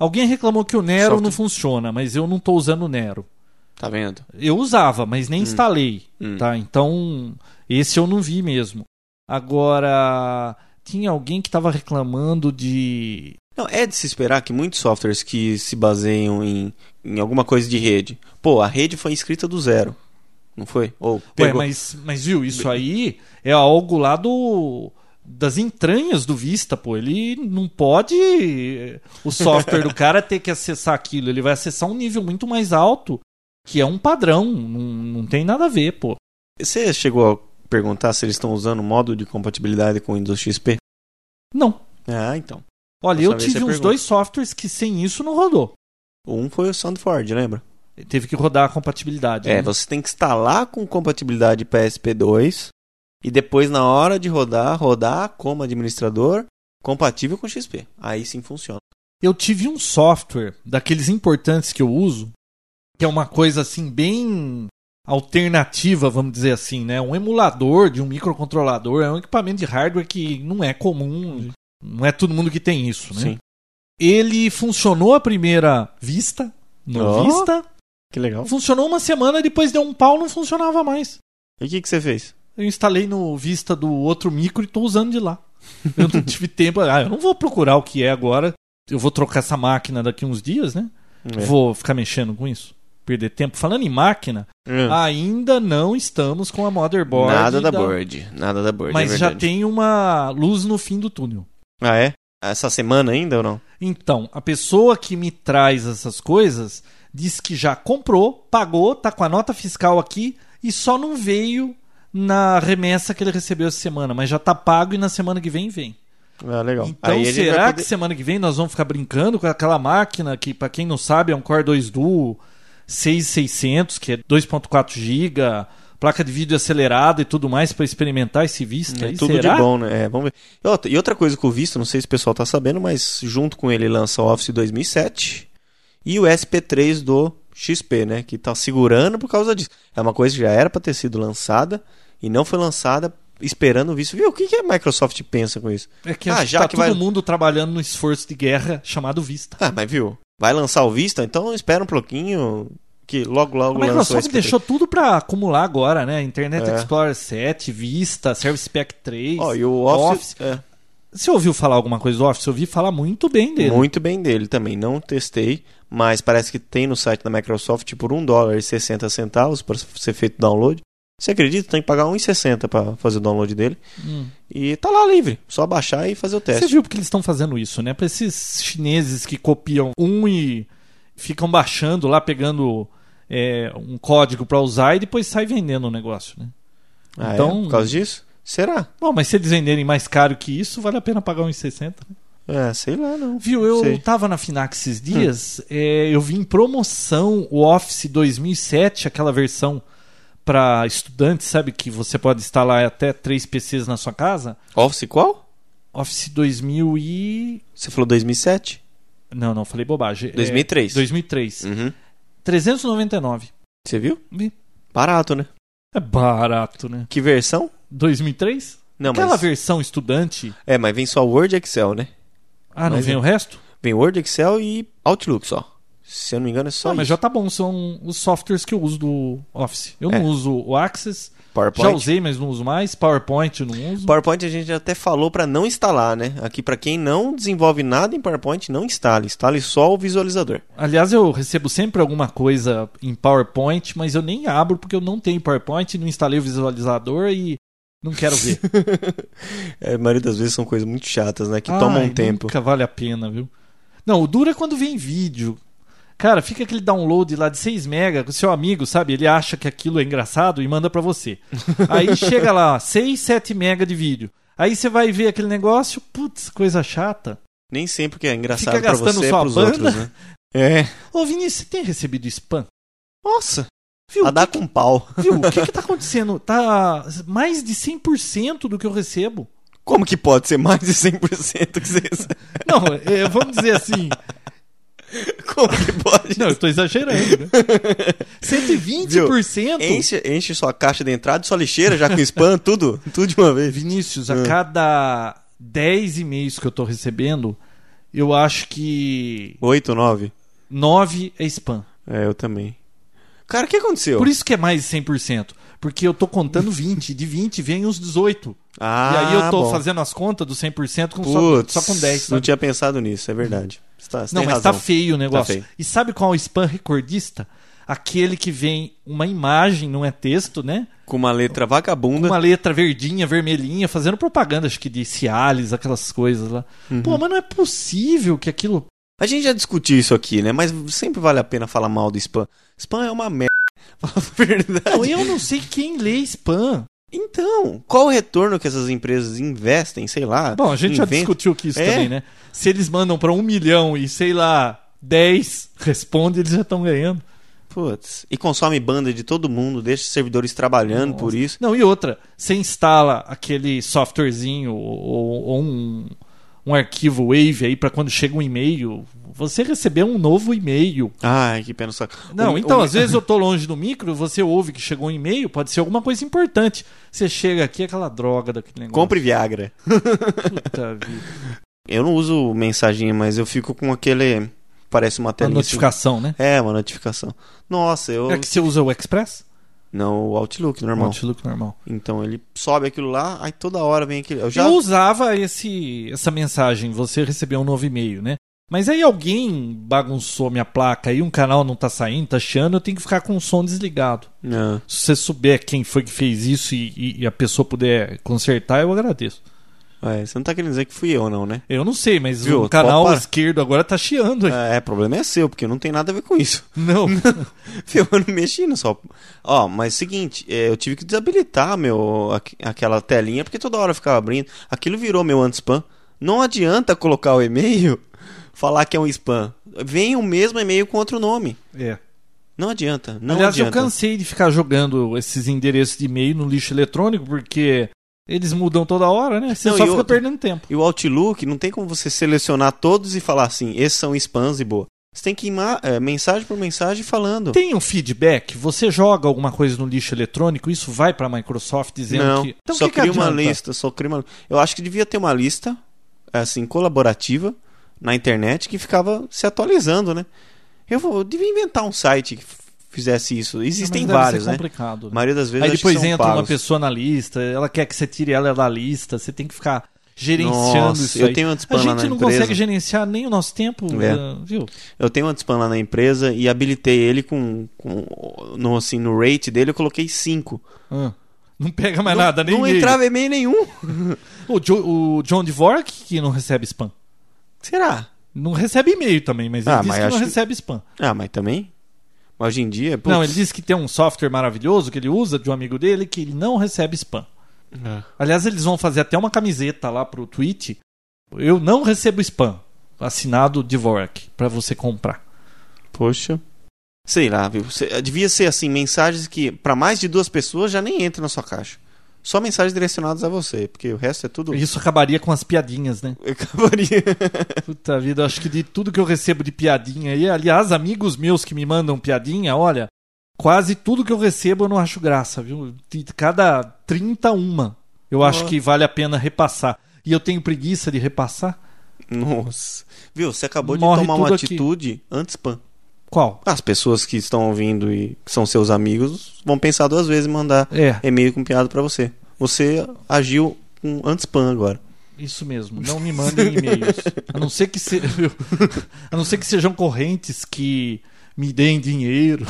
Speaker 1: Alguém reclamou que o Nero
Speaker 3: Software.
Speaker 1: não funciona, mas eu não tô usando o Nero.
Speaker 3: Tá vendo?
Speaker 1: Eu usava, mas nem instalei,
Speaker 3: Hum.
Speaker 1: tá? Então, esse eu não vi mesmo. Agora, tinha alguém que tava reclamando de
Speaker 3: Não, é de se esperar que muitos softwares que se baseiam em, em alguma coisa de rede. Pô, a rede foi escrita do zero. Não foi? Ou
Speaker 1: Ué,
Speaker 3: pegou.
Speaker 1: mas, mas viu, isso aí é algo lá do das entranhas do Vista, pô. Ele não pode eh, o software do cara ter que acessar aquilo. Ele vai acessar um nível muito mais alto, que é um padrão. Não, não tem nada a ver, pô.
Speaker 3: Você chegou a perguntar se eles estão usando o modo de compatibilidade com o Windows XP?
Speaker 1: Não.
Speaker 3: Ah, então.
Speaker 1: Olha,
Speaker 3: Nossa,
Speaker 1: eu
Speaker 3: vez
Speaker 1: tive
Speaker 3: você
Speaker 1: uns
Speaker 3: pergunta.
Speaker 1: dois softwares que sem isso não rodou.
Speaker 3: Um foi o SoundForge, lembra?
Speaker 1: Teve que rodar a compatibilidade.
Speaker 3: É,
Speaker 1: né?
Speaker 3: você tem que instalar com compatibilidade PSP2 e depois, na hora de rodar, rodar como administrador compatível com XP. Aí sim funciona.
Speaker 1: Eu tive um software daqueles importantes que eu uso, que é uma coisa assim bem alternativa, vamos dizer assim, né? Um emulador de um microcontrolador é um equipamento de hardware que não é comum, não é todo mundo que tem isso, né?
Speaker 3: Sim.
Speaker 1: Ele funcionou à primeira vista, no
Speaker 3: Ó.
Speaker 1: Vista,
Speaker 3: Que legal.
Speaker 1: funcionou uma semana, depois deu um pau, não funcionava mais.
Speaker 3: E o que, que você fez?
Speaker 1: Eu instalei no Vista do outro micro e tô usando de lá. Eu não tive tempo. Ah, eu não vou procurar o que é agora. Eu vou trocar essa máquina daqui uns dias, né?
Speaker 3: É.
Speaker 1: Vou ficar mexendo com isso. Perder tempo. Falando em máquina,
Speaker 3: Hum.
Speaker 1: ainda não estamos com a motherboard.
Speaker 3: nada da board. Nada da board.
Speaker 1: então. Mas
Speaker 3: é
Speaker 1: já
Speaker 3: verdade.
Speaker 1: tem uma luz no fim do túnel.
Speaker 3: Ah, é? Essa semana ainda ou não?
Speaker 1: Então, a pessoa que me traz essas coisas diz que já comprou, pagou, tá com a nota fiscal aqui e só não veio na remessa que ele recebeu essa semana, mas já tá pago e na semana que vem vem.
Speaker 3: Ah, legal.
Speaker 1: Então,
Speaker 3: Aí a gente vai
Speaker 1: será
Speaker 3: poder-
Speaker 1: que semana que vem nós vamos ficar brincando com aquela máquina que, pra quem não sabe, é um Core 2 Duo 6600, que é 2.4 GB, placa de vídeo acelerada e tudo mais pra experimentar esse visto
Speaker 3: É
Speaker 1: aí?
Speaker 3: tudo
Speaker 1: será?
Speaker 3: de bom, né? É, vamos ver. E outra- E outra coisa que eu visto, não sei se o pessoal tá sabendo, mas junto com ele lança o Office 2007 e o SP3 do XP, né? Que tá segurando por causa disso. É uma coisa que já era pra ter sido lançada e não foi lançada esperando o visto. Viu? O que, que a Microsoft pensa com isso?
Speaker 1: É que
Speaker 3: Ah,
Speaker 1: acho que
Speaker 3: já
Speaker 1: tá
Speaker 3: que
Speaker 1: todo
Speaker 3: vai-
Speaker 1: mundo trabalhando no esforço de guerra chamado Vista.
Speaker 3: Ah, mas viu? Vai lançar o Vista? Então espera um pouquinho que logo, logo
Speaker 1: A
Speaker 3: lança o
Speaker 1: Microsoft
Speaker 3: SP3.
Speaker 1: deixou tudo pra acumular agora, né? Internet
Speaker 3: É.
Speaker 1: Explorer 7, Vista, Service Pack 3.
Speaker 3: Ó, e o Office...
Speaker 1: Office.
Speaker 3: é.
Speaker 1: Você ouviu falar alguma coisa do Office? Eu ouvi falar muito bem dele.
Speaker 3: Muito bem dele também. Não testei, mas parece que tem no site da Microsoft por 1 dólar e 60 centavos para ser feito download. Você acredita? Tem que pagar 1,60 para fazer o download dele.
Speaker 1: Hum.
Speaker 3: E tá lá livre. Só baixar e fazer o
Speaker 1: Você
Speaker 3: teste.
Speaker 1: viu porque eles estão fazendo isso, né? Pra esses chineses que copiam um e ficam baixando lá, pegando é, um código pra usar e depois sai vendendo o negócio, né?
Speaker 3: Ah, é?
Speaker 1: então-
Speaker 3: Por causa disso? Será?
Speaker 1: Bom, mas se eles venderem mais caro que isso, vale a pena pagar uns 60. né? Hum.
Speaker 3: É, sei lá, não.
Speaker 1: Viu, eu
Speaker 3: Sei.
Speaker 1: tava na Finac esses dias, é, eu vi em promoção o Office 2007, aquela versão pra estudantes, sabe? Que você pode instalar até três PCs na sua casa.
Speaker 3: Office qual?
Speaker 1: Office 2000 e...
Speaker 3: Você falou 2007?
Speaker 1: Não, não, falei bobagem. É,
Speaker 3: 2003.
Speaker 1: 2003.
Speaker 3: Uhum.
Speaker 1: 399.
Speaker 3: Você viu?
Speaker 1: Vi.
Speaker 3: Barato, né?
Speaker 1: É barato, né?
Speaker 3: Que versão?
Speaker 1: 2003?
Speaker 3: Não,
Speaker 1: Aquela
Speaker 3: mas...
Speaker 1: versão estudante.
Speaker 3: É, mas vem só Word e Excel, né?
Speaker 1: Ah, não
Speaker 3: Mas
Speaker 1: vem
Speaker 3: é-
Speaker 1: o resto?
Speaker 3: Vem Word, Excel e Outlook só. Se eu não me engano é só
Speaker 1: não, mas
Speaker 3: isso.
Speaker 1: já tá bom. São os softwares que eu uso do Office. Eu
Speaker 3: É.
Speaker 1: não uso o Access. Já
Speaker 3: PowerPoint.
Speaker 1: usei, mas não uso mais. PowerPoint eu não uso.
Speaker 3: PowerPoint a gente já até falou pra não instalar, né? Aqui pra quem não desenvolve nada em PowerPoint, não instale, instale só o visualizador.
Speaker 1: Aliás, eu recebo sempre alguma coisa em PowerPoint, mas eu nem abro porque eu não tenho PowerPoint, não instalei o visualizador e não quero ver.
Speaker 3: É, a maioria das vezes são coisas muito chatas, né? Que
Speaker 1: Ai,
Speaker 3: tomam um tempo.
Speaker 1: Nunca vale a pena, viu? Não, o duro é quando vem vídeo. Cara, fica aquele download lá de 6 mega com o seu amigo, sabe? Ele acha que aquilo é engraçado e manda pra você. Aí chega lá, 6, 7 mega de vídeo. Aí você vai ver aquele negócio, putz, coisa chata.
Speaker 3: Nem sempre que é engraçado
Speaker 1: Fica
Speaker 3: pra
Speaker 1: gastando
Speaker 3: você é
Speaker 1: sua
Speaker 3: pros
Speaker 1: banda.
Speaker 3: outros, né? É.
Speaker 1: Ô, Vinícius, você tem recebido spam?
Speaker 3: Nossa,
Speaker 1: Viu?
Speaker 3: a dar com pau.
Speaker 1: Viu? O que que tá acontecendo? Tá mais de 100% do que eu recebo.
Speaker 3: Como que pode ser mais de 100% que você recebe?
Speaker 1: Não, é, vamos dizer assim.
Speaker 3: Como que pode?
Speaker 1: Não, eu tô exagerando, né? 120%.
Speaker 3: Enche, enche sua caixa de entrada, sua lixeira já com spam, tudo, tudo de uma vez.
Speaker 1: Vinícius, a
Speaker 3: Ah.
Speaker 1: cada 10 e-mails que eu tô recebendo, eu acho que
Speaker 3: 8, 9.
Speaker 1: 9 é spam.
Speaker 3: É, eu também. Cara, o que aconteceu?
Speaker 1: Por isso que é mais de 100%. Porque eu tô contando 20. De 20 vem uns 18.
Speaker 3: Ah,
Speaker 1: e aí eu tô
Speaker 3: bom.
Speaker 1: fazendo as contas do 100% com
Speaker 3: Putz,
Speaker 1: só, só com 10.
Speaker 3: Não
Speaker 1: sabe?
Speaker 3: tinha pensado nisso, é verdade. Você tá- você
Speaker 1: Não,
Speaker 3: tem
Speaker 1: mas tá
Speaker 3: razão.
Speaker 1: feio o negócio.
Speaker 3: feio.
Speaker 1: E sabe qual é o spam recordista? Aquele que vem uma imagem, não é texto, né?
Speaker 3: Com uma letra vagabunda.
Speaker 1: uma letra verdinha, vermelhinha, fazendo propaganda, acho que de Cialis, aquelas coisas lá. Pô,
Speaker 3: Uhum.
Speaker 1: mas não é possível que aquilo.
Speaker 3: A gente já discutiu isso aqui, né? Mas sempre vale a pena falar mal do spam. Spam é uma merda. Fala a verdade.
Speaker 1: Não, eu não sei quem lê spam.
Speaker 3: Então, qual o retorno que essas empresas investem, sei lá?
Speaker 1: Bom, a gente já
Speaker 3: inventam?
Speaker 1: discutiu que isso
Speaker 3: É.
Speaker 1: também, né? Se eles mandam pra um milhão e sei lá, 10 responde, eles já estão ganhando.
Speaker 3: Putz. E consome banda de todo mundo, deixa os servidores trabalhando por isso.
Speaker 1: Não, e outra, você instala aquele softwarezinho ou, ou- ou um, um arquivo Wave aí pra quando chega um e-mail, você receber um novo e-mail.
Speaker 3: Ai, que pena Um, saco.
Speaker 1: Não,
Speaker 3: O-
Speaker 1: então,
Speaker 3: o-
Speaker 1: às vezes eu tô longe do micro, você ouve que chegou um e-mail, pode ser alguma coisa importante. Você chega aqui, é aquela droga daquele negócio.
Speaker 3: Compre Viagra.
Speaker 1: Puta vida.
Speaker 3: Eu não uso mensagem, mas eu fico com aquele. Parece uma
Speaker 1: A
Speaker 3: telinha. assim.
Speaker 1: notificação, né?
Speaker 3: É, uma notificação. Nossa, eu.
Speaker 1: É que você usa o Express?
Speaker 3: Não o Outlook normal.
Speaker 1: Outlook normal.
Speaker 3: Então ele sobe aquilo lá, aí toda hora vem aquele. Eu já.
Speaker 1: Eu usava esse, essa mensagem, você recebeu um novo e-mail, né? Mas aí alguém bagunçou minha placa e um canal não tá saindo, tá chiando, eu tenho que ficar com o som desligado.
Speaker 3: Não.
Speaker 1: Se você souber quem foi que fez isso e, e- e a pessoa puder consertar, eu agradeço.
Speaker 3: É, você não tá querendo dizer que fui eu, não, né?
Speaker 1: Eu não sei, mas
Speaker 3: Viu?
Speaker 1: o canal
Speaker 3: Pode parar.
Speaker 1: esquerdo agora tá chiando. aí.
Speaker 3: É, o problema é seu, porque não tem nada a ver com isso.
Speaker 1: Não.
Speaker 3: Eu não mexi no só. Ó, mas seguinte, é, eu tive que desabilitar meu aqu- aquela telinha porque toda hora eu ficava abrindo. Aquilo virou meu anti-spam. Não adianta colocar o e-mail, falar que é um spam. Vem o mesmo e-mail com outro nome.
Speaker 1: É.
Speaker 3: Não adianta, não
Speaker 1: Aliás,
Speaker 3: adianta.
Speaker 1: eu cansei de ficar jogando esses endereços de e-mail no lixo eletrônico, porque eles mudam toda hora, né? Você
Speaker 3: Não,
Speaker 1: só
Speaker 3: e
Speaker 1: fica
Speaker 3: outra-
Speaker 1: perdendo tempo.
Speaker 3: E o Outlook, não tem como você selecionar todos e falar assim, esses são spams e boa. Você tem que ir ma- é, mensagem por mensagem falando.
Speaker 1: Tem um feedback? Você joga alguma coisa no lixo eletrônico, isso vai pra Microsoft dizendo
Speaker 3: não,
Speaker 1: que. Então o
Speaker 3: só
Speaker 1: que que
Speaker 3: cria uma
Speaker 1: adianta?
Speaker 3: lista, só cria uma... Eu acho que devia ter uma lista, assim, colaborativa na internet que ficava se atualizando, né? Eu, vou, eu devia inventar um site que f- fizesse isso. Existem
Speaker 1: Mas deve
Speaker 3: vários,
Speaker 1: ser
Speaker 3: né?
Speaker 1: complicado, né?
Speaker 3: A maioria das vezes
Speaker 1: Aí
Speaker 3: acho que
Speaker 1: depois
Speaker 3: são
Speaker 1: entra uma
Speaker 3: pagos.
Speaker 1: pessoa na lista, ela quer que você tire ela da lista, você tem que ficar gerenciando
Speaker 3: Nossa,
Speaker 1: isso
Speaker 3: eu
Speaker 1: aí.
Speaker 3: tenho um
Speaker 1: A
Speaker 3: spam lá
Speaker 1: gente
Speaker 3: na
Speaker 1: não
Speaker 3: empresa.
Speaker 1: consegue gerenciar nem o nosso tempo,
Speaker 3: É.
Speaker 1: eh, viu?
Speaker 3: Eu tenho um spam lá na empresa e habilitei ele com, com no, assim, no rate dele eu coloquei 5.
Speaker 1: Ah, Não pega mais nada, nem
Speaker 3: Não
Speaker 1: e-mail.
Speaker 3: entrava e-mail nenhum.
Speaker 1: O, Jo- o John Dvorak que não recebe spam.
Speaker 3: Será?
Speaker 1: Não recebe e-mail também, mas ele
Speaker 3: Ah,
Speaker 1: diz
Speaker 3: mas
Speaker 1: que
Speaker 3: acho
Speaker 1: não
Speaker 3: que-
Speaker 1: recebe spam.
Speaker 3: Ah, mas também? Mas Hoje em dia, putz,
Speaker 1: Não, ele diz que tem um software maravilhoso que ele usa de um amigo dele que ele não recebe spam.
Speaker 3: É.
Speaker 1: Aliás, eles vão fazer até uma camiseta lá pro tweet. Eu não recebo spam. Assinado Dvorak, pra você comprar.
Speaker 3: Poxa. Sei lá, viu? Cê- Devia ser assim, mensagens que pra mais de duas pessoas já nem entra na sua caixa. Só mensagens direcionadas a você, porque o resto é tudo.
Speaker 1: Isso acabaria com as piadinhas, né?
Speaker 3: Acabaria.
Speaker 1: Puta vida, eu acho que de tudo que eu recebo de piadinha aí, aliás, amigos meus que me mandam piadinha, olha, quase tudo que eu recebo eu não acho graça, viu? De cada 30 uma, eu acho que vale a pena repassar. E eu tenho preguiça de repassar?
Speaker 3: Nossa. Viu? Você acabou de
Speaker 1: Morre
Speaker 3: tomar uma
Speaker 1: tudo aqui.
Speaker 3: atitude anti-spam.
Speaker 1: Qual?
Speaker 3: As pessoas que estão ouvindo e que são seus amigos vão pensar duas vezes em mandar
Speaker 1: É,
Speaker 3: e-mail com piada pra você. Você agiu com anti-spam agora.
Speaker 1: isso mesmo. Não me mandem e-mails. A não ser que se... viu? a não ser que sejam correntes que me deem dinheiro.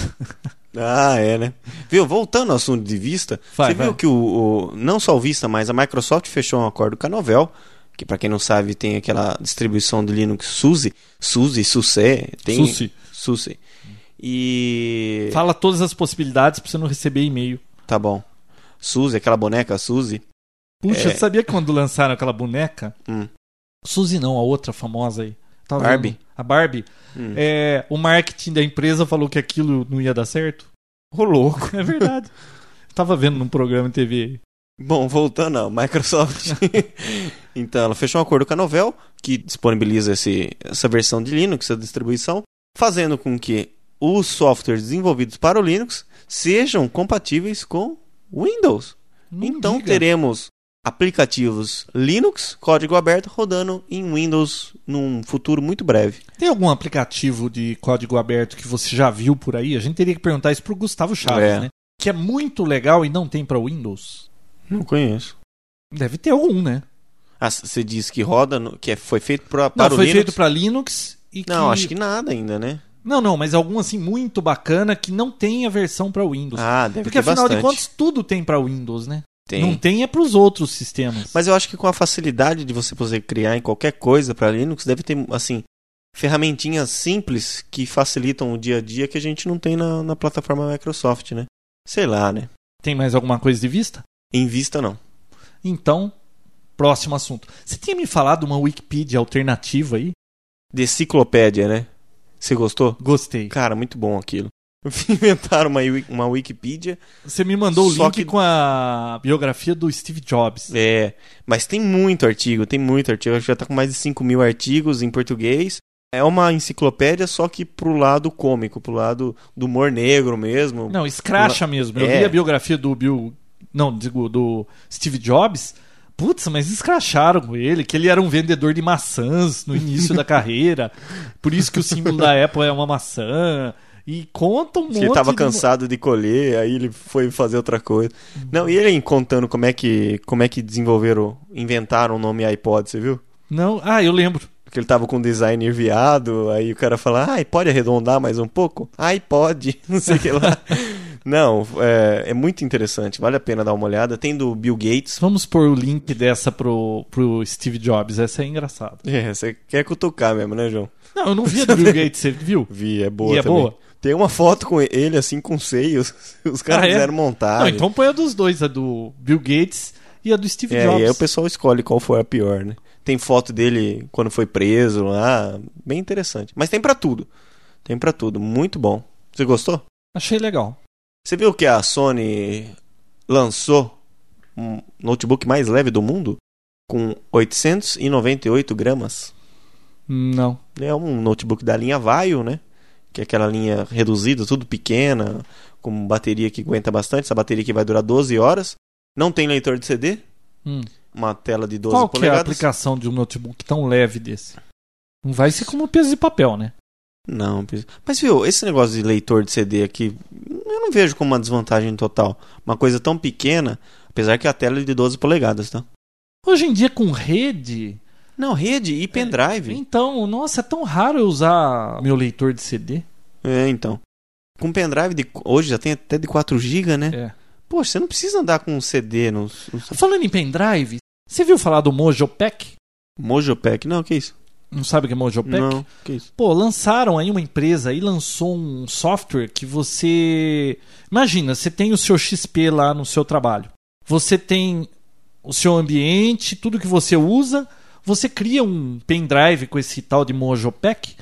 Speaker 3: Ah, é, né? Viu? Voltando ao assunto de vista,
Speaker 1: Vai,
Speaker 3: você
Speaker 1: vai.
Speaker 3: viu que o, o- não só o Vista, mas a Microsoft fechou um acordo com a Novell, que pra quem não sabe tem aquela distribuição do Linux SUSE, SUSE, SUSE, tem
Speaker 1: Suci.
Speaker 3: SUSE. E
Speaker 1: Fala todas as possibilidades pra você não receber e-mail.
Speaker 3: tá bom. SUSE, aquela boneca SUSE.
Speaker 1: Puxa,
Speaker 3: É.
Speaker 1: você sabia que quando lançaram aquela boneca?
Speaker 3: Hum.
Speaker 1: Suzy não, a outra famosa aí. Tava
Speaker 3: Barbie?
Speaker 1: vendo- A Barbie.
Speaker 3: Hum.
Speaker 1: É, o marketing da empresa falou que aquilo não ia dar certo. Ô, louco. É verdade. Tava vendo num programa de TV. aí.
Speaker 3: Bom, voltando à Microsoft. então, ela fechou um acordo com a Novell, que disponibiliza esse, essa versão de Linux, essa distribuição, fazendo com que os softwares desenvolvidos para o Linux sejam compatíveis com Windows.
Speaker 1: Não
Speaker 3: então,
Speaker 1: diga.
Speaker 3: teremos aplicativos Linux, código aberto, rodando em Windows num futuro muito breve.
Speaker 1: Tem algum aplicativo de código aberto que você já viu por aí? A gente teria que perguntar isso pro Gustavo Chaves,
Speaker 3: É.
Speaker 1: né? Que é muito legal e não tem pra Windows.
Speaker 3: Não conheço.
Speaker 1: Deve ter algum, né?
Speaker 3: Ah, c- você diz que roda, no- que é- foi feito pra, para
Speaker 1: não,
Speaker 3: o
Speaker 1: foi
Speaker 3: Linux?
Speaker 1: feito pra Linux e
Speaker 3: Não, acho que nada ainda, né?
Speaker 1: Não, não, mas algum assim muito bacana que não tem a versão pra Windows.
Speaker 3: Ah, deve
Speaker 1: Porque
Speaker 3: ter
Speaker 1: afinal
Speaker 3: bastante.
Speaker 1: de contas tudo tem pra Windows, né?
Speaker 3: Tem.
Speaker 1: Não tem é pros outros sistemas.
Speaker 3: Mas eu acho que com a facilidade de você poder criar em qualquer coisa para Linux, deve ter, assim, ferramentinhas simples que facilitam o dia a dia que a gente não tem na, na plataforma Microsoft, né? Sei lá, né?
Speaker 1: tem mais alguma coisa de vista?
Speaker 3: Em vista, não.
Speaker 1: Então, próximo assunto. Você tinha me falado uma Wikipedia alternativa aí?
Speaker 3: Deciclopédia, né? Você gostou?
Speaker 1: Gostei.
Speaker 3: Cara, muito bom aquilo. Inventaram uma, Wi- uma Wikipedia.
Speaker 1: Você me mandou o
Speaker 3: Só
Speaker 1: link
Speaker 3: que-
Speaker 1: com a biografia do Steve Jobs.
Speaker 3: É, mas tem muito artigo, tem muito artigo. Acho que já tá com mais de 5 mil artigos em português. É uma enciclopédia, só que pro lado cômico, pro lado do humor negro mesmo.
Speaker 1: Não, escracha mesmo. Eu
Speaker 3: É.
Speaker 1: li a biografia do Bill. Não, digo, do Steve Jobs. Putz, mas escracharam com ele, que ele era um vendedor de maçãs no início da carreira. Por isso que o símbolo da Apple é uma maçã. E conta um monte
Speaker 3: Que ele tava
Speaker 1: de-
Speaker 3: cansado de colher, aí ele foi fazer outra coisa. Não, e ele contando como é que, como é que desenvolveram, inventaram o nome iPod, você viu?
Speaker 1: Não, ah, eu lembro.
Speaker 3: Porque ele tava com um design enviado, aí o cara fala, ai, pode arredondar mais um pouco? Ai, pode, não sei o que lá. Não, é, é muito interessante, vale a pena dar uma olhada. Tem do Bill Gates.
Speaker 1: Vamos pôr o link dessa pro, pro Steve Jobs, essa é engraçada.
Speaker 3: É, você quer cutucar mesmo, né, João?
Speaker 1: Não, eu não via do Bill Gates, você viu?
Speaker 3: Vi, é boa
Speaker 1: E é
Speaker 3: também.
Speaker 1: boa?
Speaker 3: Tem uma foto com ele, assim, com seios. Os caras
Speaker 1: Ah, é?
Speaker 3: fizeram montagem.
Speaker 1: Não, então põe a dos dois, a do Bill Gates e a do Steve
Speaker 3: É,
Speaker 1: Jobs.
Speaker 3: e aí o pessoal escolhe qual foi a pior, né? Tem foto dele quando foi preso lá, bem interessante. Mas tem pra tudo. Tem pra tudo, muito bom. Você gostou?
Speaker 1: Achei legal.
Speaker 3: Você viu que a Sony lançou um notebook mais leve do mundo com 898 gramas?
Speaker 1: Não.
Speaker 3: É um notebook da linha Vaio, né? Que é aquela linha reduzida, tudo pequena, com bateria que aguenta bastante. Essa bateria que vai durar 12 horas. Não tem leitor de CD,
Speaker 1: Hum.
Speaker 3: uma tela de 12
Speaker 1: Qual que é a
Speaker 3: polegadas.
Speaker 1: aplicação de um notebook tão leve desse? Não vai ser como peso de papel, né?
Speaker 3: Não, precisa- mas viu, esse negócio de leitor de CD aqui, eu não vejo como uma desvantagem total. Uma coisa tão pequena, apesar que a tela é de 12 polegadas, tá?
Speaker 1: Hoje em dia com rede,
Speaker 3: Não, rede e pendrive.
Speaker 1: então, nossa, é tão raro eu usar meu leitor de CD.
Speaker 3: É, então. Com pendrive de hoje já tem até de 4 GB, né?
Speaker 1: É.
Speaker 3: Poxa, você não precisa andar com um CD no, no
Speaker 1: Falando em pendrive, você viu falar do Mojopack?
Speaker 3: Mojopack. Não, que isso?
Speaker 1: Não sabe o que é Mojopack?
Speaker 3: Não, que isso?
Speaker 1: Pô, lançaram aí uma empresa e lançou um software que você. Imagina, você tem o seu XP lá no seu trabalho. Você tem o seu ambiente, tudo que você usa. Você cria um pendrive com esse tal de Mojopack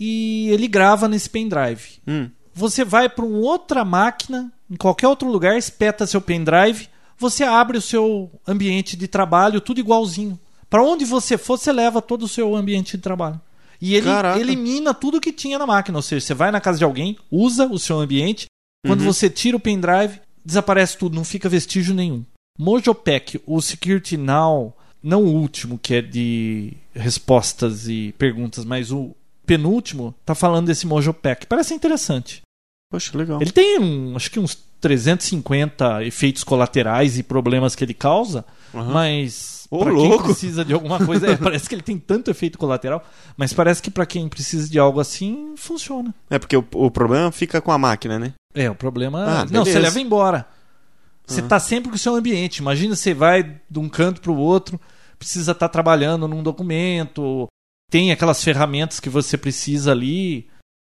Speaker 1: e ele grava nesse pendrive.
Speaker 3: Hum.
Speaker 1: Você vai para uma outra máquina, em qualquer outro lugar, espeta seu pendrive, você abre o seu ambiente de trabalho, tudo igualzinho. Para onde você for, você leva todo o seu ambiente de trabalho. E ele
Speaker 3: Caraca.
Speaker 1: elimina tudo que tinha na máquina. Ou seja, você vai na casa de alguém, usa o seu ambiente. Quando você tira o pendrive, desaparece tudo, não fica vestígio nenhum. Mojopec, o Security Now, não o último, que é de respostas e perguntas, mas o penúltimo, tá falando desse Mojopec. Parece interessante.
Speaker 3: Poxa, legal.
Speaker 1: Ele tem, um, acho que uns 350 efeitos colaterais e problemas que ele causa,
Speaker 3: Aham.
Speaker 1: mas
Speaker 3: Ô,
Speaker 1: pra quem
Speaker 3: louco!
Speaker 1: precisa de alguma coisa, é, parece que ele tem tanto efeito colateral, mas parece que pra quem precisa de algo assim, funciona.
Speaker 3: É porque o, o problema fica com a máquina, né?
Speaker 1: É, o problema.
Speaker 3: Ah,
Speaker 1: não, você
Speaker 3: beleza. Ah.
Speaker 1: leva embora. Você tá sempre com o seu ambiente. Imagina você vai de um canto pro outro, precisa estar trabalhando num documento, tem aquelas ferramentas que você precisa ali,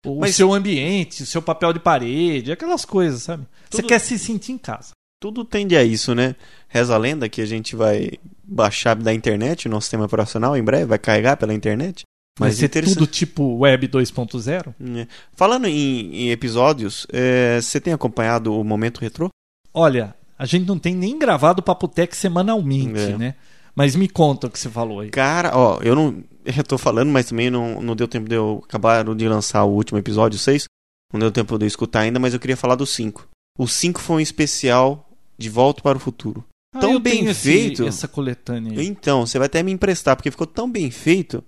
Speaker 1: o
Speaker 3: Mas-
Speaker 1: seu ambiente, o seu papel de parede, aquelas coisas, sabe? Você
Speaker 3: Tudo-
Speaker 1: quer se sentir em casa.
Speaker 3: Tudo tende a isso, né? Reza a lenda que a gente vai baixar da internet o nosso sistema operacional em breve, vai carregar pela internet.
Speaker 1: Mas
Speaker 3: Mas
Speaker 1: ser
Speaker 3: interessante.
Speaker 1: tudo tipo Web 2.0?
Speaker 3: É. Falando em, em episódios, é, você tem acompanhado o Momento Retrô?
Speaker 1: Olha, a gente não tem nem gravado o Papotec semanalmente,
Speaker 3: É.
Speaker 1: né? Mas me conta o que você falou aí.
Speaker 3: Cara, ó, eu não. Eu tô falando, mas também não, não deu tempo de eu acabar de lançar o último episódio, 6. Não deu tempo de eu escutar ainda, mas eu queria falar do 5. O 5 foi um especial de Volta para o Futuro.
Speaker 1: Ah,
Speaker 3: Tão
Speaker 1: eu
Speaker 3: bem
Speaker 1: tenho esse-
Speaker 3: feito.
Speaker 1: essa coletânea. aí.
Speaker 3: Então, você vai até me emprestar, porque ficou tão bem feito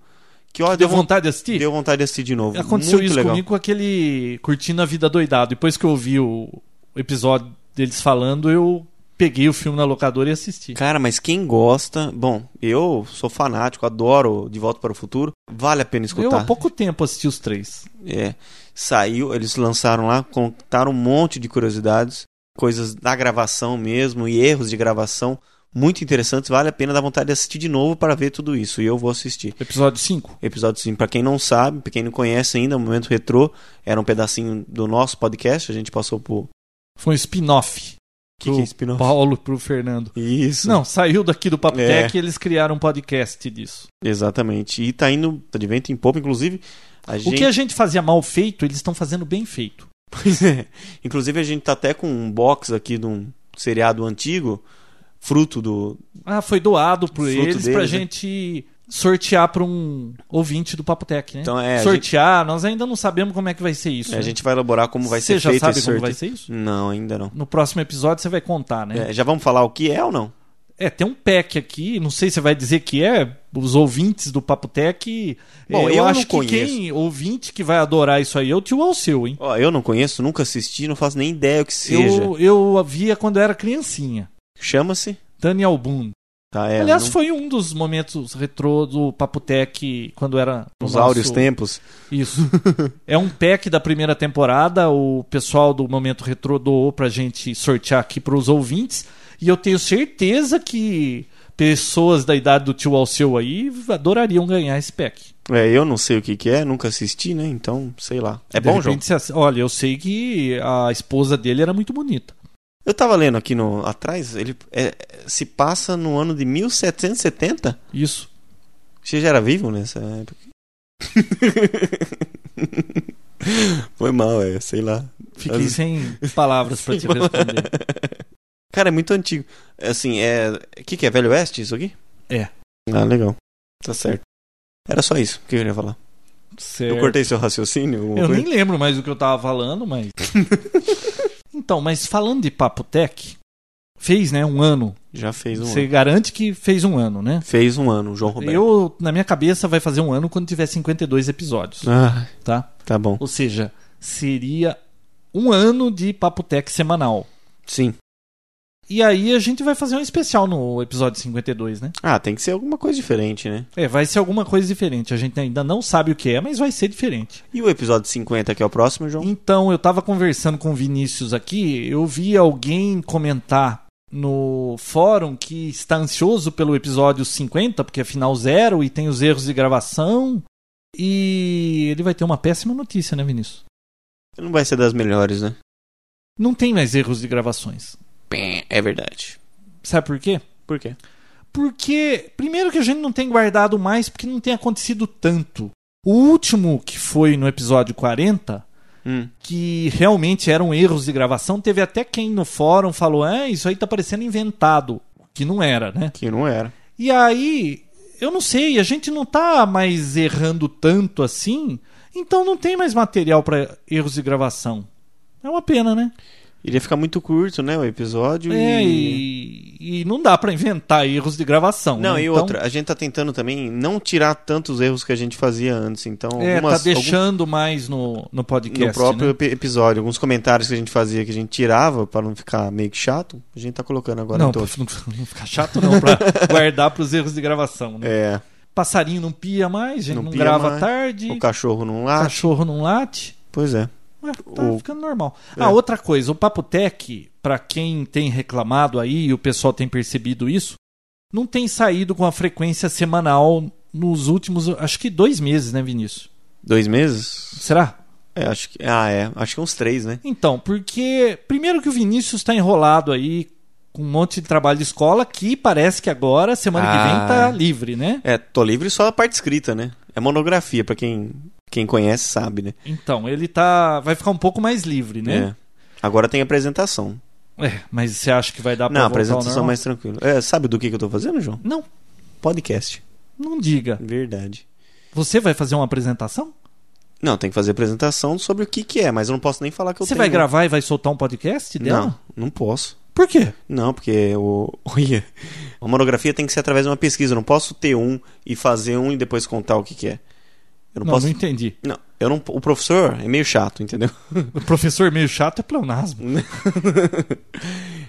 Speaker 3: que, ó,
Speaker 1: Deu
Speaker 3: deu, von-
Speaker 1: vontade de assistir?
Speaker 3: deu vontade de assistir de novo.
Speaker 1: Aconteceu
Speaker 3: Muito
Speaker 1: isso
Speaker 3: legal.
Speaker 1: comigo com aquele Curtindo a Vida Doidado. Depois que eu ouvi o episódio deles falando, eu peguei o filme na locadora e assisti.
Speaker 3: Cara, mas quem gosta, bom, eu sou fanático, adoro De Volta para o Futuro, vale a pena
Speaker 1: Eu
Speaker 3: escutar.
Speaker 1: há pouco tempo assisti os três.
Speaker 3: É, saiu, eles lançaram lá, contaram um monte de curiosidades, coisas da gravação mesmo e erros de gravação muito interessantes, vale a pena dar vontade de assistir de novo para ver tudo isso. E eu vou assistir.
Speaker 1: Episódio 5.
Speaker 3: Episódio 5, para quem não sabe, para quem não conhece ainda, o Momento Retrô era um pedacinho do nosso podcast, a gente passou por
Speaker 1: Foi um spin-off.
Speaker 3: que, que é spin-off?
Speaker 1: Paulo pro Fernando.
Speaker 3: Isso.
Speaker 1: Não, saiu daqui do Papotec
Speaker 3: É.
Speaker 1: e eles criaram um podcast disso.
Speaker 3: Exatamente. E tá indo de vento em pouco, inclusive, a gente
Speaker 1: O que é? a gente fazia mal feito, eles estão fazendo bem feito.
Speaker 3: Pois é. Inclusive a gente tá até com um box aqui de um seriado antigo, fruto do.
Speaker 1: Ah, foi doado por
Speaker 3: Fruto
Speaker 1: eles pra
Speaker 3: deles, né?
Speaker 1: gente sortear pra um ouvinte do Papotec, né?
Speaker 3: Então é. a gente-
Speaker 1: sortear, nós ainda não sabemos como é que vai ser isso.
Speaker 3: é, A
Speaker 1: né?
Speaker 3: gente vai elaborar como vai
Speaker 1: Você
Speaker 3: ser
Speaker 1: já
Speaker 3: feito
Speaker 1: sabe
Speaker 3: esse
Speaker 1: como vai
Speaker 3: sorteio.
Speaker 1: ser isso?
Speaker 3: Não, ainda não.
Speaker 1: No próximo episódio você vai contar, né?
Speaker 3: É, já vamos falar o que é ou não?
Speaker 1: É, tem um pack aqui, não sei se você vai dizer que é, os ouvintes do Papotec.
Speaker 3: Bom,
Speaker 1: eh,
Speaker 3: eu não
Speaker 1: acho que
Speaker 3: conheço.
Speaker 1: quem ouvinte que vai adorar isso aí é o tio Alceu, hein?
Speaker 3: Ó, eu não conheço, nunca assisti, não faço nem ideia o que seja.
Speaker 1: Eu, eu via quando era criancinha.
Speaker 3: Chama-se?
Speaker 1: Daniel Boone.
Speaker 3: Tá, é,
Speaker 1: Aliás,
Speaker 3: não-
Speaker 1: foi um dos momentos retrô do Papotec quando era. o
Speaker 3: nos
Speaker 1: nosso-
Speaker 3: áureos tempos.
Speaker 1: Isso. é um pack da primeira temporada. O pessoal do Momento Retrô doou pra gente sortear aqui pros ouvintes. E eu tenho certeza que pessoas da idade do tio Alceu aí adorariam ganhar esse pack.
Speaker 3: É, eu não sei o que que é, nunca assisti, né? Então, sei lá. É
Speaker 1: De
Speaker 3: bom, João?
Speaker 1: repente você ass- Olha, eu sei que a esposa dele era muito bonita.
Speaker 3: Eu tava lendo aqui no atrás, ele é, se passa no ano de 1770.
Speaker 1: Isso.
Speaker 3: Você já era vivo nessa época? Foi mal, é, sei lá.
Speaker 1: Fiquei
Speaker 3: As-
Speaker 1: sem palavras pra te responder.
Speaker 3: Cara, é muito antigo. Assim, é. O que, que é? Velho Oeste isso aqui?
Speaker 1: É.
Speaker 3: Ah, legal. Tá certo. Era só isso que eu ia falar. Eu
Speaker 1: Certo.
Speaker 3: cortei um seu raciocínio? alguma
Speaker 1: É. Eu
Speaker 3: coisa?
Speaker 1: nem lembro mais do que eu tava falando, mas. então, mas falando de Papo Tech, fez, né, um ano.
Speaker 3: Já fez um
Speaker 1: Você
Speaker 3: ano.
Speaker 1: garante que fez um ano, né?
Speaker 3: Fez um ano, João Roberto.
Speaker 1: Eu, na minha cabeça, vai fazer um ano quando tiver 52 episódios,
Speaker 3: Ah,
Speaker 1: tá?
Speaker 3: tá bom.
Speaker 1: Ou seja, seria um ano de Papo Tech semanal.
Speaker 3: Sim.
Speaker 1: E aí a gente vai fazer um especial no episódio 52, né?
Speaker 3: Ah, tem que ser alguma coisa diferente, né?
Speaker 1: É, vai ser alguma coisa diferente. A gente ainda não sabe o que é, mas vai ser diferente.
Speaker 3: E o episódio 50, que é o próximo, João?
Speaker 1: Então, eu tava conversando com o Vinícius aqui, eu vi alguém comentar no fórum que está ansioso pelo episódio 50, porque é final zero e tem os erros de gravação. E ele vai ter uma péssima notícia, né, Vinícius?
Speaker 3: Não vai ser das melhores, né?
Speaker 1: Não tem mais erros de gravações.
Speaker 3: Pé, É verdade.
Speaker 1: Sabe por quê?
Speaker 3: Por quê?
Speaker 1: Porque, primeiro, que a gente não tem guardado mais porque não tem acontecido tanto. O último, que foi no episódio 40,
Speaker 3: Hum.
Speaker 1: que realmente eram erros de gravação. Teve até quem no fórum falou: ah, isso aí tá parecendo inventado. Que não era, né?
Speaker 3: Que não era.
Speaker 1: E aí, eu não sei, a gente não tá mais errando tanto assim, então não tem mais material para erros de gravação. É uma pena, né?
Speaker 3: Iria ficar muito curto, né, o episódio
Speaker 1: É,
Speaker 3: e...
Speaker 1: e, e não dá para inventar erros de gravação.
Speaker 3: Não,
Speaker 1: né?
Speaker 3: e
Speaker 1: Então,
Speaker 3: outra, a gente tá tentando também não tirar tantos erros que a gente fazia antes, então
Speaker 1: É,
Speaker 3: algumas,
Speaker 1: tá deixando mais no, no
Speaker 3: algum-
Speaker 1: podcast.
Speaker 3: no próprio
Speaker 1: né?
Speaker 3: epi- episódio, alguns comentários que a gente fazia que a gente tirava pra não ficar meio que chato, a gente tá colocando agora
Speaker 1: Não,
Speaker 3: em
Speaker 1: pra
Speaker 3: todos.
Speaker 1: não, não ficar chato não, pra guardar pros erros de gravação. Né?
Speaker 3: É,
Speaker 1: Passarinho não pia mais, gente
Speaker 3: Não
Speaker 1: não,
Speaker 3: pia
Speaker 1: grava
Speaker 3: mais.
Speaker 1: tarde,
Speaker 3: o cachorro não late.
Speaker 1: cachorro não late.
Speaker 3: Pois é.
Speaker 1: Ué, tá
Speaker 3: O-
Speaker 1: ficando normal.
Speaker 3: É.
Speaker 1: Ah, outra coisa, o Papo Tech, pra quem tem reclamado aí e o pessoal tem percebido isso, não tem saído com a frequência semanal nos últimos, acho que dois meses, né, Vinícius?
Speaker 3: Dois meses?
Speaker 1: Será?
Speaker 3: É, acho que Ah, é, acho que uns três, né?
Speaker 1: Então, porque primeiro que o Vinícius está enrolado aí com um monte de trabalho de escola que parece que agora, semana que
Speaker 3: Ah.
Speaker 1: vem, tá livre, né?
Speaker 3: É, tô livre só a parte escrita, né? É monografia pra quem quem conhece sabe, né?
Speaker 1: Então, ele tá vai ficar um pouco mais livre, né?
Speaker 3: É. Agora tem apresentação.
Speaker 1: É, mas você acha que vai dar pra
Speaker 3: não,
Speaker 1: voltar ao
Speaker 3: apresentação
Speaker 1: normal?
Speaker 3: mais tranquila. É, sabe do que, que eu tô fazendo, João?
Speaker 1: Não,
Speaker 3: Podcast.
Speaker 1: não diga.
Speaker 3: Verdade.
Speaker 1: Você vai fazer uma apresentação?
Speaker 3: Não, tem que fazer apresentação sobre o que que é, mas eu não posso nem falar que eu
Speaker 1: Você
Speaker 3: tenho.
Speaker 1: vai gravar e vai soltar um podcast dela?
Speaker 3: Não, não posso.
Speaker 1: Por quê?
Speaker 3: Não, porque o. Olha. A monografia tem que ser através de uma pesquisa. Eu não posso ter um e fazer um e depois contar o que que é. Eu não,
Speaker 1: Não, não,
Speaker 3: posso.
Speaker 1: entendi.
Speaker 3: Não, eu não. O professor é meio chato, entendeu?
Speaker 1: O professor meio chato é pleonasmo.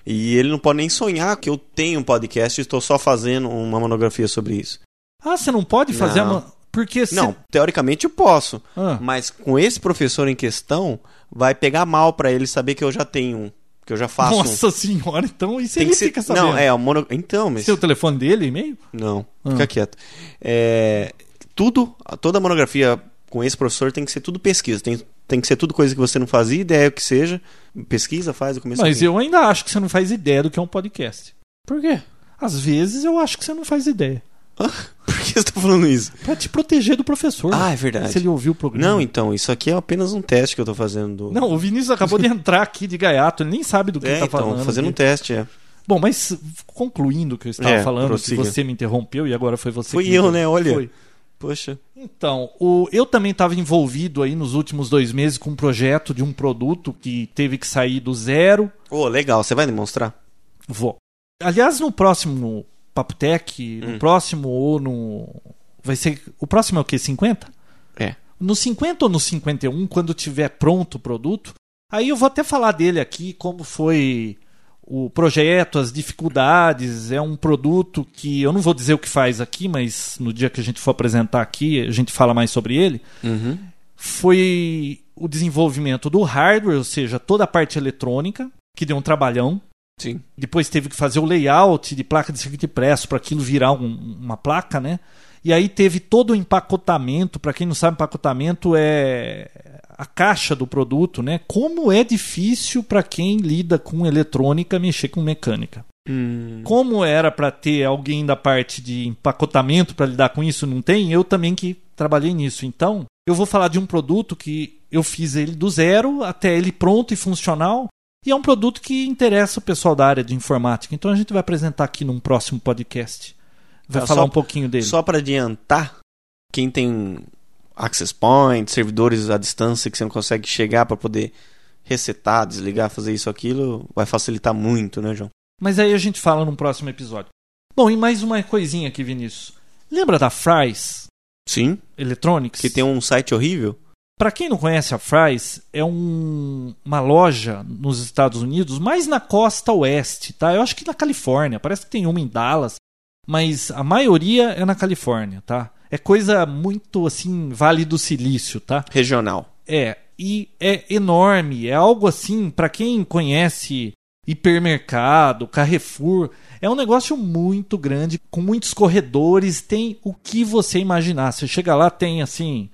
Speaker 3: E ele não pode nem sonhar que eu tenho um podcast e estou só fazendo uma monografia sobre isso.
Speaker 1: Ah, você não pode fazer
Speaker 3: Não.
Speaker 1: uma... Porque se...
Speaker 3: Não, teoricamente eu posso.
Speaker 1: Ah,
Speaker 3: Mas com esse professor em questão, vai pegar mal pra ele saber que eu já tenho um, que eu já faço um.
Speaker 1: nossa senhora, então isso
Speaker 3: Tem
Speaker 1: ele
Speaker 3: que ser-
Speaker 1: fica sabendo.
Speaker 3: Não, é, o mono... então, mas
Speaker 1: Seu telefone dele, e-mail?
Speaker 3: não,
Speaker 1: Ah.
Speaker 3: fica quieto. É, tudo, toda a monografia com esse professor tem que ser tudo pesquisa, tem tem que ser tudo coisa que você não fazia ideia que seja, pesquisa, faz o começo. ao
Speaker 1: Mas
Speaker 3: fim.
Speaker 1: eu ainda acho que você não faz ideia do que é um podcast.
Speaker 3: Por quê?
Speaker 1: Às vezes eu acho que você não faz ideia.
Speaker 3: Por que você tá falando isso?
Speaker 1: Pra te proteger do professor.
Speaker 3: Ah, é
Speaker 1: Se
Speaker 3: verdade.
Speaker 1: ele ouvir o programa.
Speaker 3: Não, então, isso aqui é apenas um teste que eu tô fazendo. do-
Speaker 1: Não, o Vinícius acabou de entrar aqui de gaiato, ele nem sabe do que
Speaker 3: é,
Speaker 1: tá
Speaker 3: então,
Speaker 1: falando.
Speaker 3: fazendo um
Speaker 1: aqui.
Speaker 3: teste, é.
Speaker 1: Bom, mas concluindo o que eu estava
Speaker 3: É,
Speaker 1: falando,
Speaker 3: prossiga.
Speaker 1: que você me interrompeu e agora foi você
Speaker 3: Fui
Speaker 1: que me
Speaker 3: eu,
Speaker 1: interrompeu.
Speaker 3: né? Olha.
Speaker 1: Foi.
Speaker 3: Poxa.
Speaker 1: Então, o- eu também estava envolvido aí nos últimos dois meses com um projeto de um produto que teve que sair do zero.
Speaker 3: Ô, legal, você vai demonstrar?
Speaker 1: Vou. Aliás, no próximo Papotec no próximo ou no. Vai ser. O próximo é o quê? 50?
Speaker 3: É.
Speaker 1: No 50 ou no 51, quando tiver pronto o produto, aí eu vou até falar dele aqui, como foi o projeto, as dificuldades. É um produto que eu não vou dizer o que faz aqui, mas no dia que a gente for apresentar aqui, a gente fala mais sobre ele. Foi o desenvolvimento do hardware, ou seja, toda a parte eletrônica, que deu um trabalhão.
Speaker 3: Sim.
Speaker 1: Depois teve que fazer o layout de placa de circuito impresso para aquilo virar um- uma placa, né? E aí teve todo o empacotamento. Para quem não sabe, empacotamento é a caixa do produto, né? Como é difícil para quem lida com eletrônica mexer com mecânica. Como era para ter alguém da parte de empacotamento para lidar com isso, não tem. Eu também que trabalhei nisso. Então, eu vou falar de um produto que eu fiz ele do zero até ele pronto e funcional. E é um produto que interessa o pessoal da área de informática. Então a gente vai apresentar aqui num próximo podcast. Vai
Speaker 3: Tá,
Speaker 1: falar
Speaker 3: só-
Speaker 1: um pouquinho dele.
Speaker 3: Só para adiantar, quem tem access point, servidores à distância que você não consegue chegar para poder resetar, desligar, fazer isso aquilo, vai facilitar muito, né, João?
Speaker 1: Mas aí a gente fala num próximo episódio. Bom, e mais uma coisinha aqui, Vinícius. Lembra da Fry's
Speaker 3: Sim.
Speaker 1: Electronics?
Speaker 3: Que tem um site horrível.
Speaker 1: Para quem não conhece a Fry's, é um- uma loja nos Estados Unidos, mais na costa oeste, tá? Eu acho que na Califórnia, parece que tem uma em Dallas, mas a maioria é na Califórnia, tá? É coisa muito assim, Vale do Silício, tá?
Speaker 3: Regional.
Speaker 1: É, e é enorme, é algo assim, para quem conhece hipermercado, Carrefour, é um negócio muito grande, com muitos corredores, tem o que você imaginar. Você chega lá, tem assim,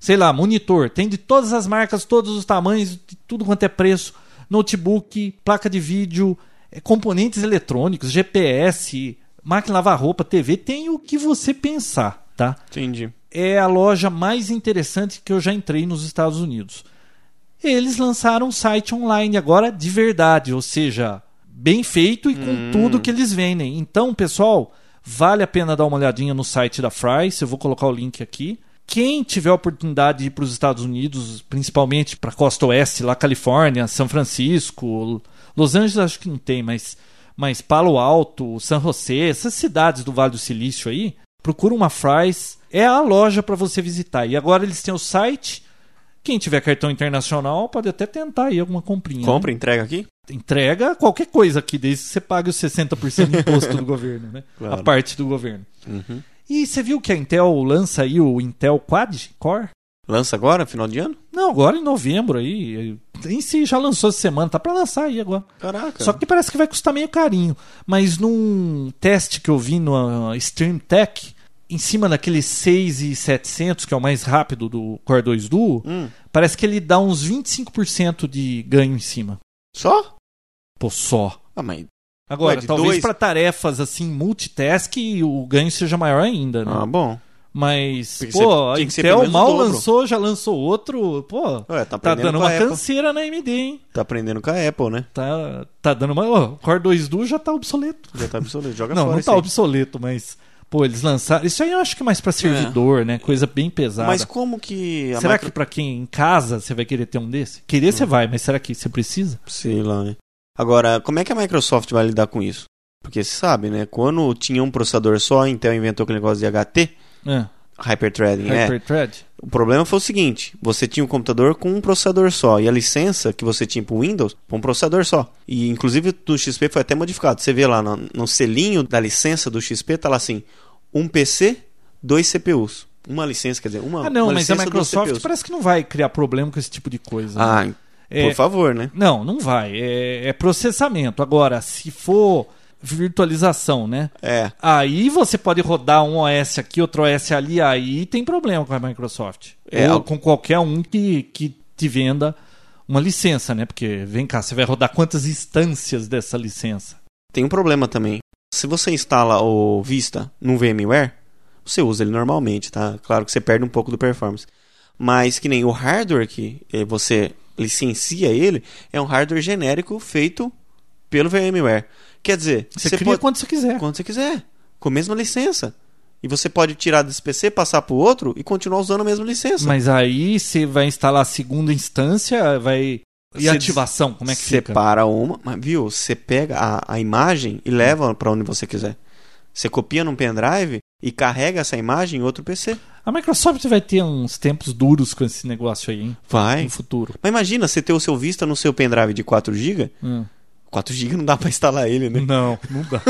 Speaker 1: sei lá, monitor, tem de todas as marcas, todos os tamanhos, de tudo quanto é preço, notebook, placa de vídeo, eh, componentes eletrônicos, GPS, máquina de lavar roupa, TV, tem o que você pensar, tá?
Speaker 3: Entendi.
Speaker 1: é a loja mais interessante que eu já entrei nos Estados Unidos. Eles lançaram um site online agora de verdade, ou seja, bem feito e com tudo que eles vendem. Então, pessoal, vale a pena dar uma olhadinha no site da Fry's, eu vou colocar o link aqui. Quem tiver a oportunidade de ir para os Estados Unidos, principalmente para a costa oeste, lá Califórnia, São Francisco, Los Angeles acho que não tem, mas, mas Palo Alto, San José, essas cidades do Vale do Silício aí, procura uma Fry's, é a loja para você visitar. E agora eles têm o site. Quem tiver cartão internacional pode até tentar aí alguma comprinha. né?
Speaker 3: Compra, entrega aqui?
Speaker 1: Entrega qualquer coisa aqui, desde que você pague os 60% de imposto do governo, né?
Speaker 3: Claro. Uhum.
Speaker 1: A parte do governo. E você viu que a Intel lança aí o Intel Quad Core?
Speaker 3: Lança agora, final de ano?
Speaker 1: Não, agora em novembro aí. Em si já lançou essa semana, tá para lançar aí agora.
Speaker 3: Caraca.
Speaker 1: Só que parece que vai custar meio carinho. Mas num teste que eu vi no ah, Stream Tech, em cima daquele 6700, que é o mais rápido do Core 2 Duo,
Speaker 3: Hum.
Speaker 1: parece que ele dá uns 25% de ganho em cima.
Speaker 3: Só?
Speaker 1: Pô, só.
Speaker 3: Ah, mas...
Speaker 1: Agora,
Speaker 3: Ué, de
Speaker 1: talvez
Speaker 3: dois?
Speaker 1: para tarefas assim, multitask, o ganho seja maior ainda, né?
Speaker 3: Ah, bom.
Speaker 1: Mas,
Speaker 3: Tem que
Speaker 1: pô,
Speaker 3: ser-
Speaker 1: a
Speaker 3: tem que ser
Speaker 1: Intel
Speaker 3: pelo menos o
Speaker 1: mal
Speaker 3: dobro.
Speaker 1: lançou, já lançou outro. Pô,
Speaker 3: Ué, tá
Speaker 1: tá
Speaker 3: aprendendo
Speaker 1: dando
Speaker 3: com
Speaker 1: uma
Speaker 3: a Apple.
Speaker 1: canseira na AMD, hein?
Speaker 3: Tá aprendendo com a Apple, né?
Speaker 1: Tá, tá dando uma. Ó, o Core 2 Duo já tá obsoleto.
Speaker 3: Já tá absoluto. Joga
Speaker 1: Não,
Speaker 3: fora
Speaker 1: não
Speaker 3: isso
Speaker 1: tá
Speaker 3: aí.
Speaker 1: obsoleto, mas. Pô, eles lançaram. Isso aí eu acho que é mais pra servidor, né? Coisa bem pesada.
Speaker 3: É. Mas como que... a
Speaker 1: será
Speaker 3: micro-
Speaker 1: que pra quem em casa você vai querer ter um desse? Querer
Speaker 3: Hum.
Speaker 1: você vai, mas será que você precisa?
Speaker 3: Sei lá, né? Agora, como é que a Microsoft vai lidar com isso? Porque você sabe, né? Quando tinha um processador só, a Intel inventou aquele negócio de HT,
Speaker 1: Ah,
Speaker 3: Hyperthreading, né?
Speaker 1: É. Hyperthread?
Speaker 3: O problema foi o seguinte, você tinha um computador com um processador só, e a licença que você tinha pro Windows, pra um processador só. E inclusive do XP foi até modificado. Você vê lá no, no selinho da licença do XP, tá lá assim, um PC, dois CPUs. Uma licença, quer dizer, uma,
Speaker 1: Ah, não,
Speaker 3: uma
Speaker 1: mas a
Speaker 3: licença, dois
Speaker 1: Microsoft
Speaker 3: CPUs.
Speaker 1: parece que não vai criar problema com esse tipo de coisa. né?
Speaker 3: Ah,
Speaker 1: É,
Speaker 3: por favor, né?
Speaker 1: Não, não vai. É, é processamento. Agora, se for virtualização, né?
Speaker 3: É,
Speaker 1: Aí você pode rodar um OS aqui, outro OS ali, aí tem problema com a Microsoft.
Speaker 3: É,
Speaker 1: Ou
Speaker 3: al-
Speaker 1: com qualquer um que, que te venda uma licença, né? Porque, vem cá, você vai rodar quantas instâncias dessa licença?
Speaker 3: Tem um problema também. Se você instala o Vista no VMware, você usa ele normalmente, tá? Claro que você perde um pouco do performance. Mas que nem o hardware que eh, você licencia ele, é um hardware genérico feito pelo VMware. Quer dizer,
Speaker 1: Você, cria
Speaker 3: pode...
Speaker 1: quanto você quiser.
Speaker 3: quando você quiser, com a mesma licença. E você pode tirar desse PC, passar para o outro e continuar usando a mesma licença.
Speaker 1: Mas aí você vai instalar a segunda instância, vai... E
Speaker 3: Você
Speaker 1: ativação, como é que fica?
Speaker 3: Separa uma, mas viu? Você pega a, a imagem e leva pra onde você quiser. Você copia num pendrive e carrega essa imagem em outro PC.
Speaker 1: A Microsoft vai ter uns tempos duros com esse negócio aí, hein?
Speaker 3: Vai.
Speaker 1: No futuro.
Speaker 3: Mas imagina você ter o seu Vista no seu pendrive de 4GB.
Speaker 1: Hum.
Speaker 3: 4GB não dá pra instalar ele, né?
Speaker 1: Não, não dá.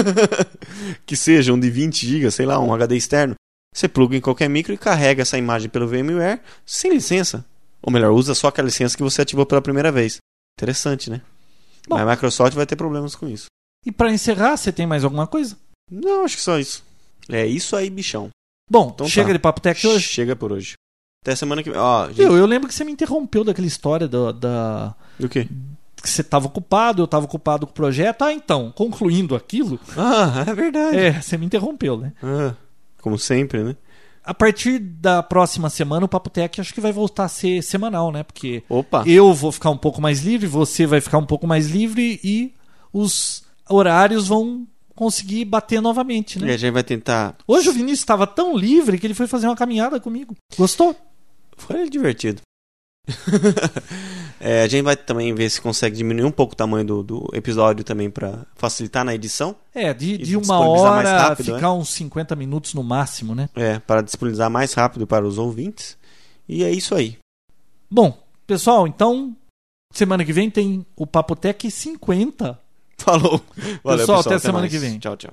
Speaker 3: que seja um de 20GB, sei lá, um HD externo. Você pluga em qualquer micro e carrega essa imagem pelo VMware sem licença. Ou melhor, usa só aquela licença que você ativou pela primeira vez. Interessante, né?
Speaker 1: Bom.
Speaker 3: Mas a Microsoft vai ter problemas com isso.
Speaker 1: E pra encerrar, você tem mais alguma coisa?
Speaker 3: Não, acho que só isso. É isso aí, bichão.
Speaker 1: Bom,
Speaker 3: Então
Speaker 1: chega
Speaker 3: tá.
Speaker 1: de papo tech hoje.
Speaker 3: Chega por hoje. Até semana que vem. Ó, gente,
Speaker 1: Eu, eu lembro que você me interrompeu daquela história da, da-
Speaker 3: do quê?
Speaker 1: que você estava ocupado, eu estava ocupado com o projeto. Ah, então, concluindo aquilo,
Speaker 3: Ah, é verdade.
Speaker 1: é, você me interrompeu, né?
Speaker 3: Ah, como sempre, né?
Speaker 1: A partir da próxima semana, o Papo Tech acho que vai voltar a ser semanal, né? Porque
Speaker 3: Opa.
Speaker 1: eu vou ficar um pouco mais livre, você vai ficar um pouco mais livre e os horários vão conseguir bater novamente,
Speaker 3: E
Speaker 1: né?
Speaker 3: a gente vai tentar.
Speaker 1: Hoje o Vinícius estava tão livre que ele foi fazer uma caminhada comigo. Gostou?
Speaker 3: Foi divertido. É, a gente vai também ver se consegue diminuir um pouco o tamanho do, do episódio também pra facilitar na edição.
Speaker 1: É, de, de uma
Speaker 3: disponibilizar mais
Speaker 1: hora
Speaker 3: rápido, né?
Speaker 1: ficar uns 50 minutos no máximo, né?
Speaker 3: É, para disponibilizar mais rápido para os ouvintes. E é isso aí.
Speaker 1: Bom, pessoal, então semana que vem tem o Papotec 50.
Speaker 3: Falou. Valeu,
Speaker 1: Pessoal, até semana
Speaker 3: mais.
Speaker 1: que vem.
Speaker 3: Tchau, tchau.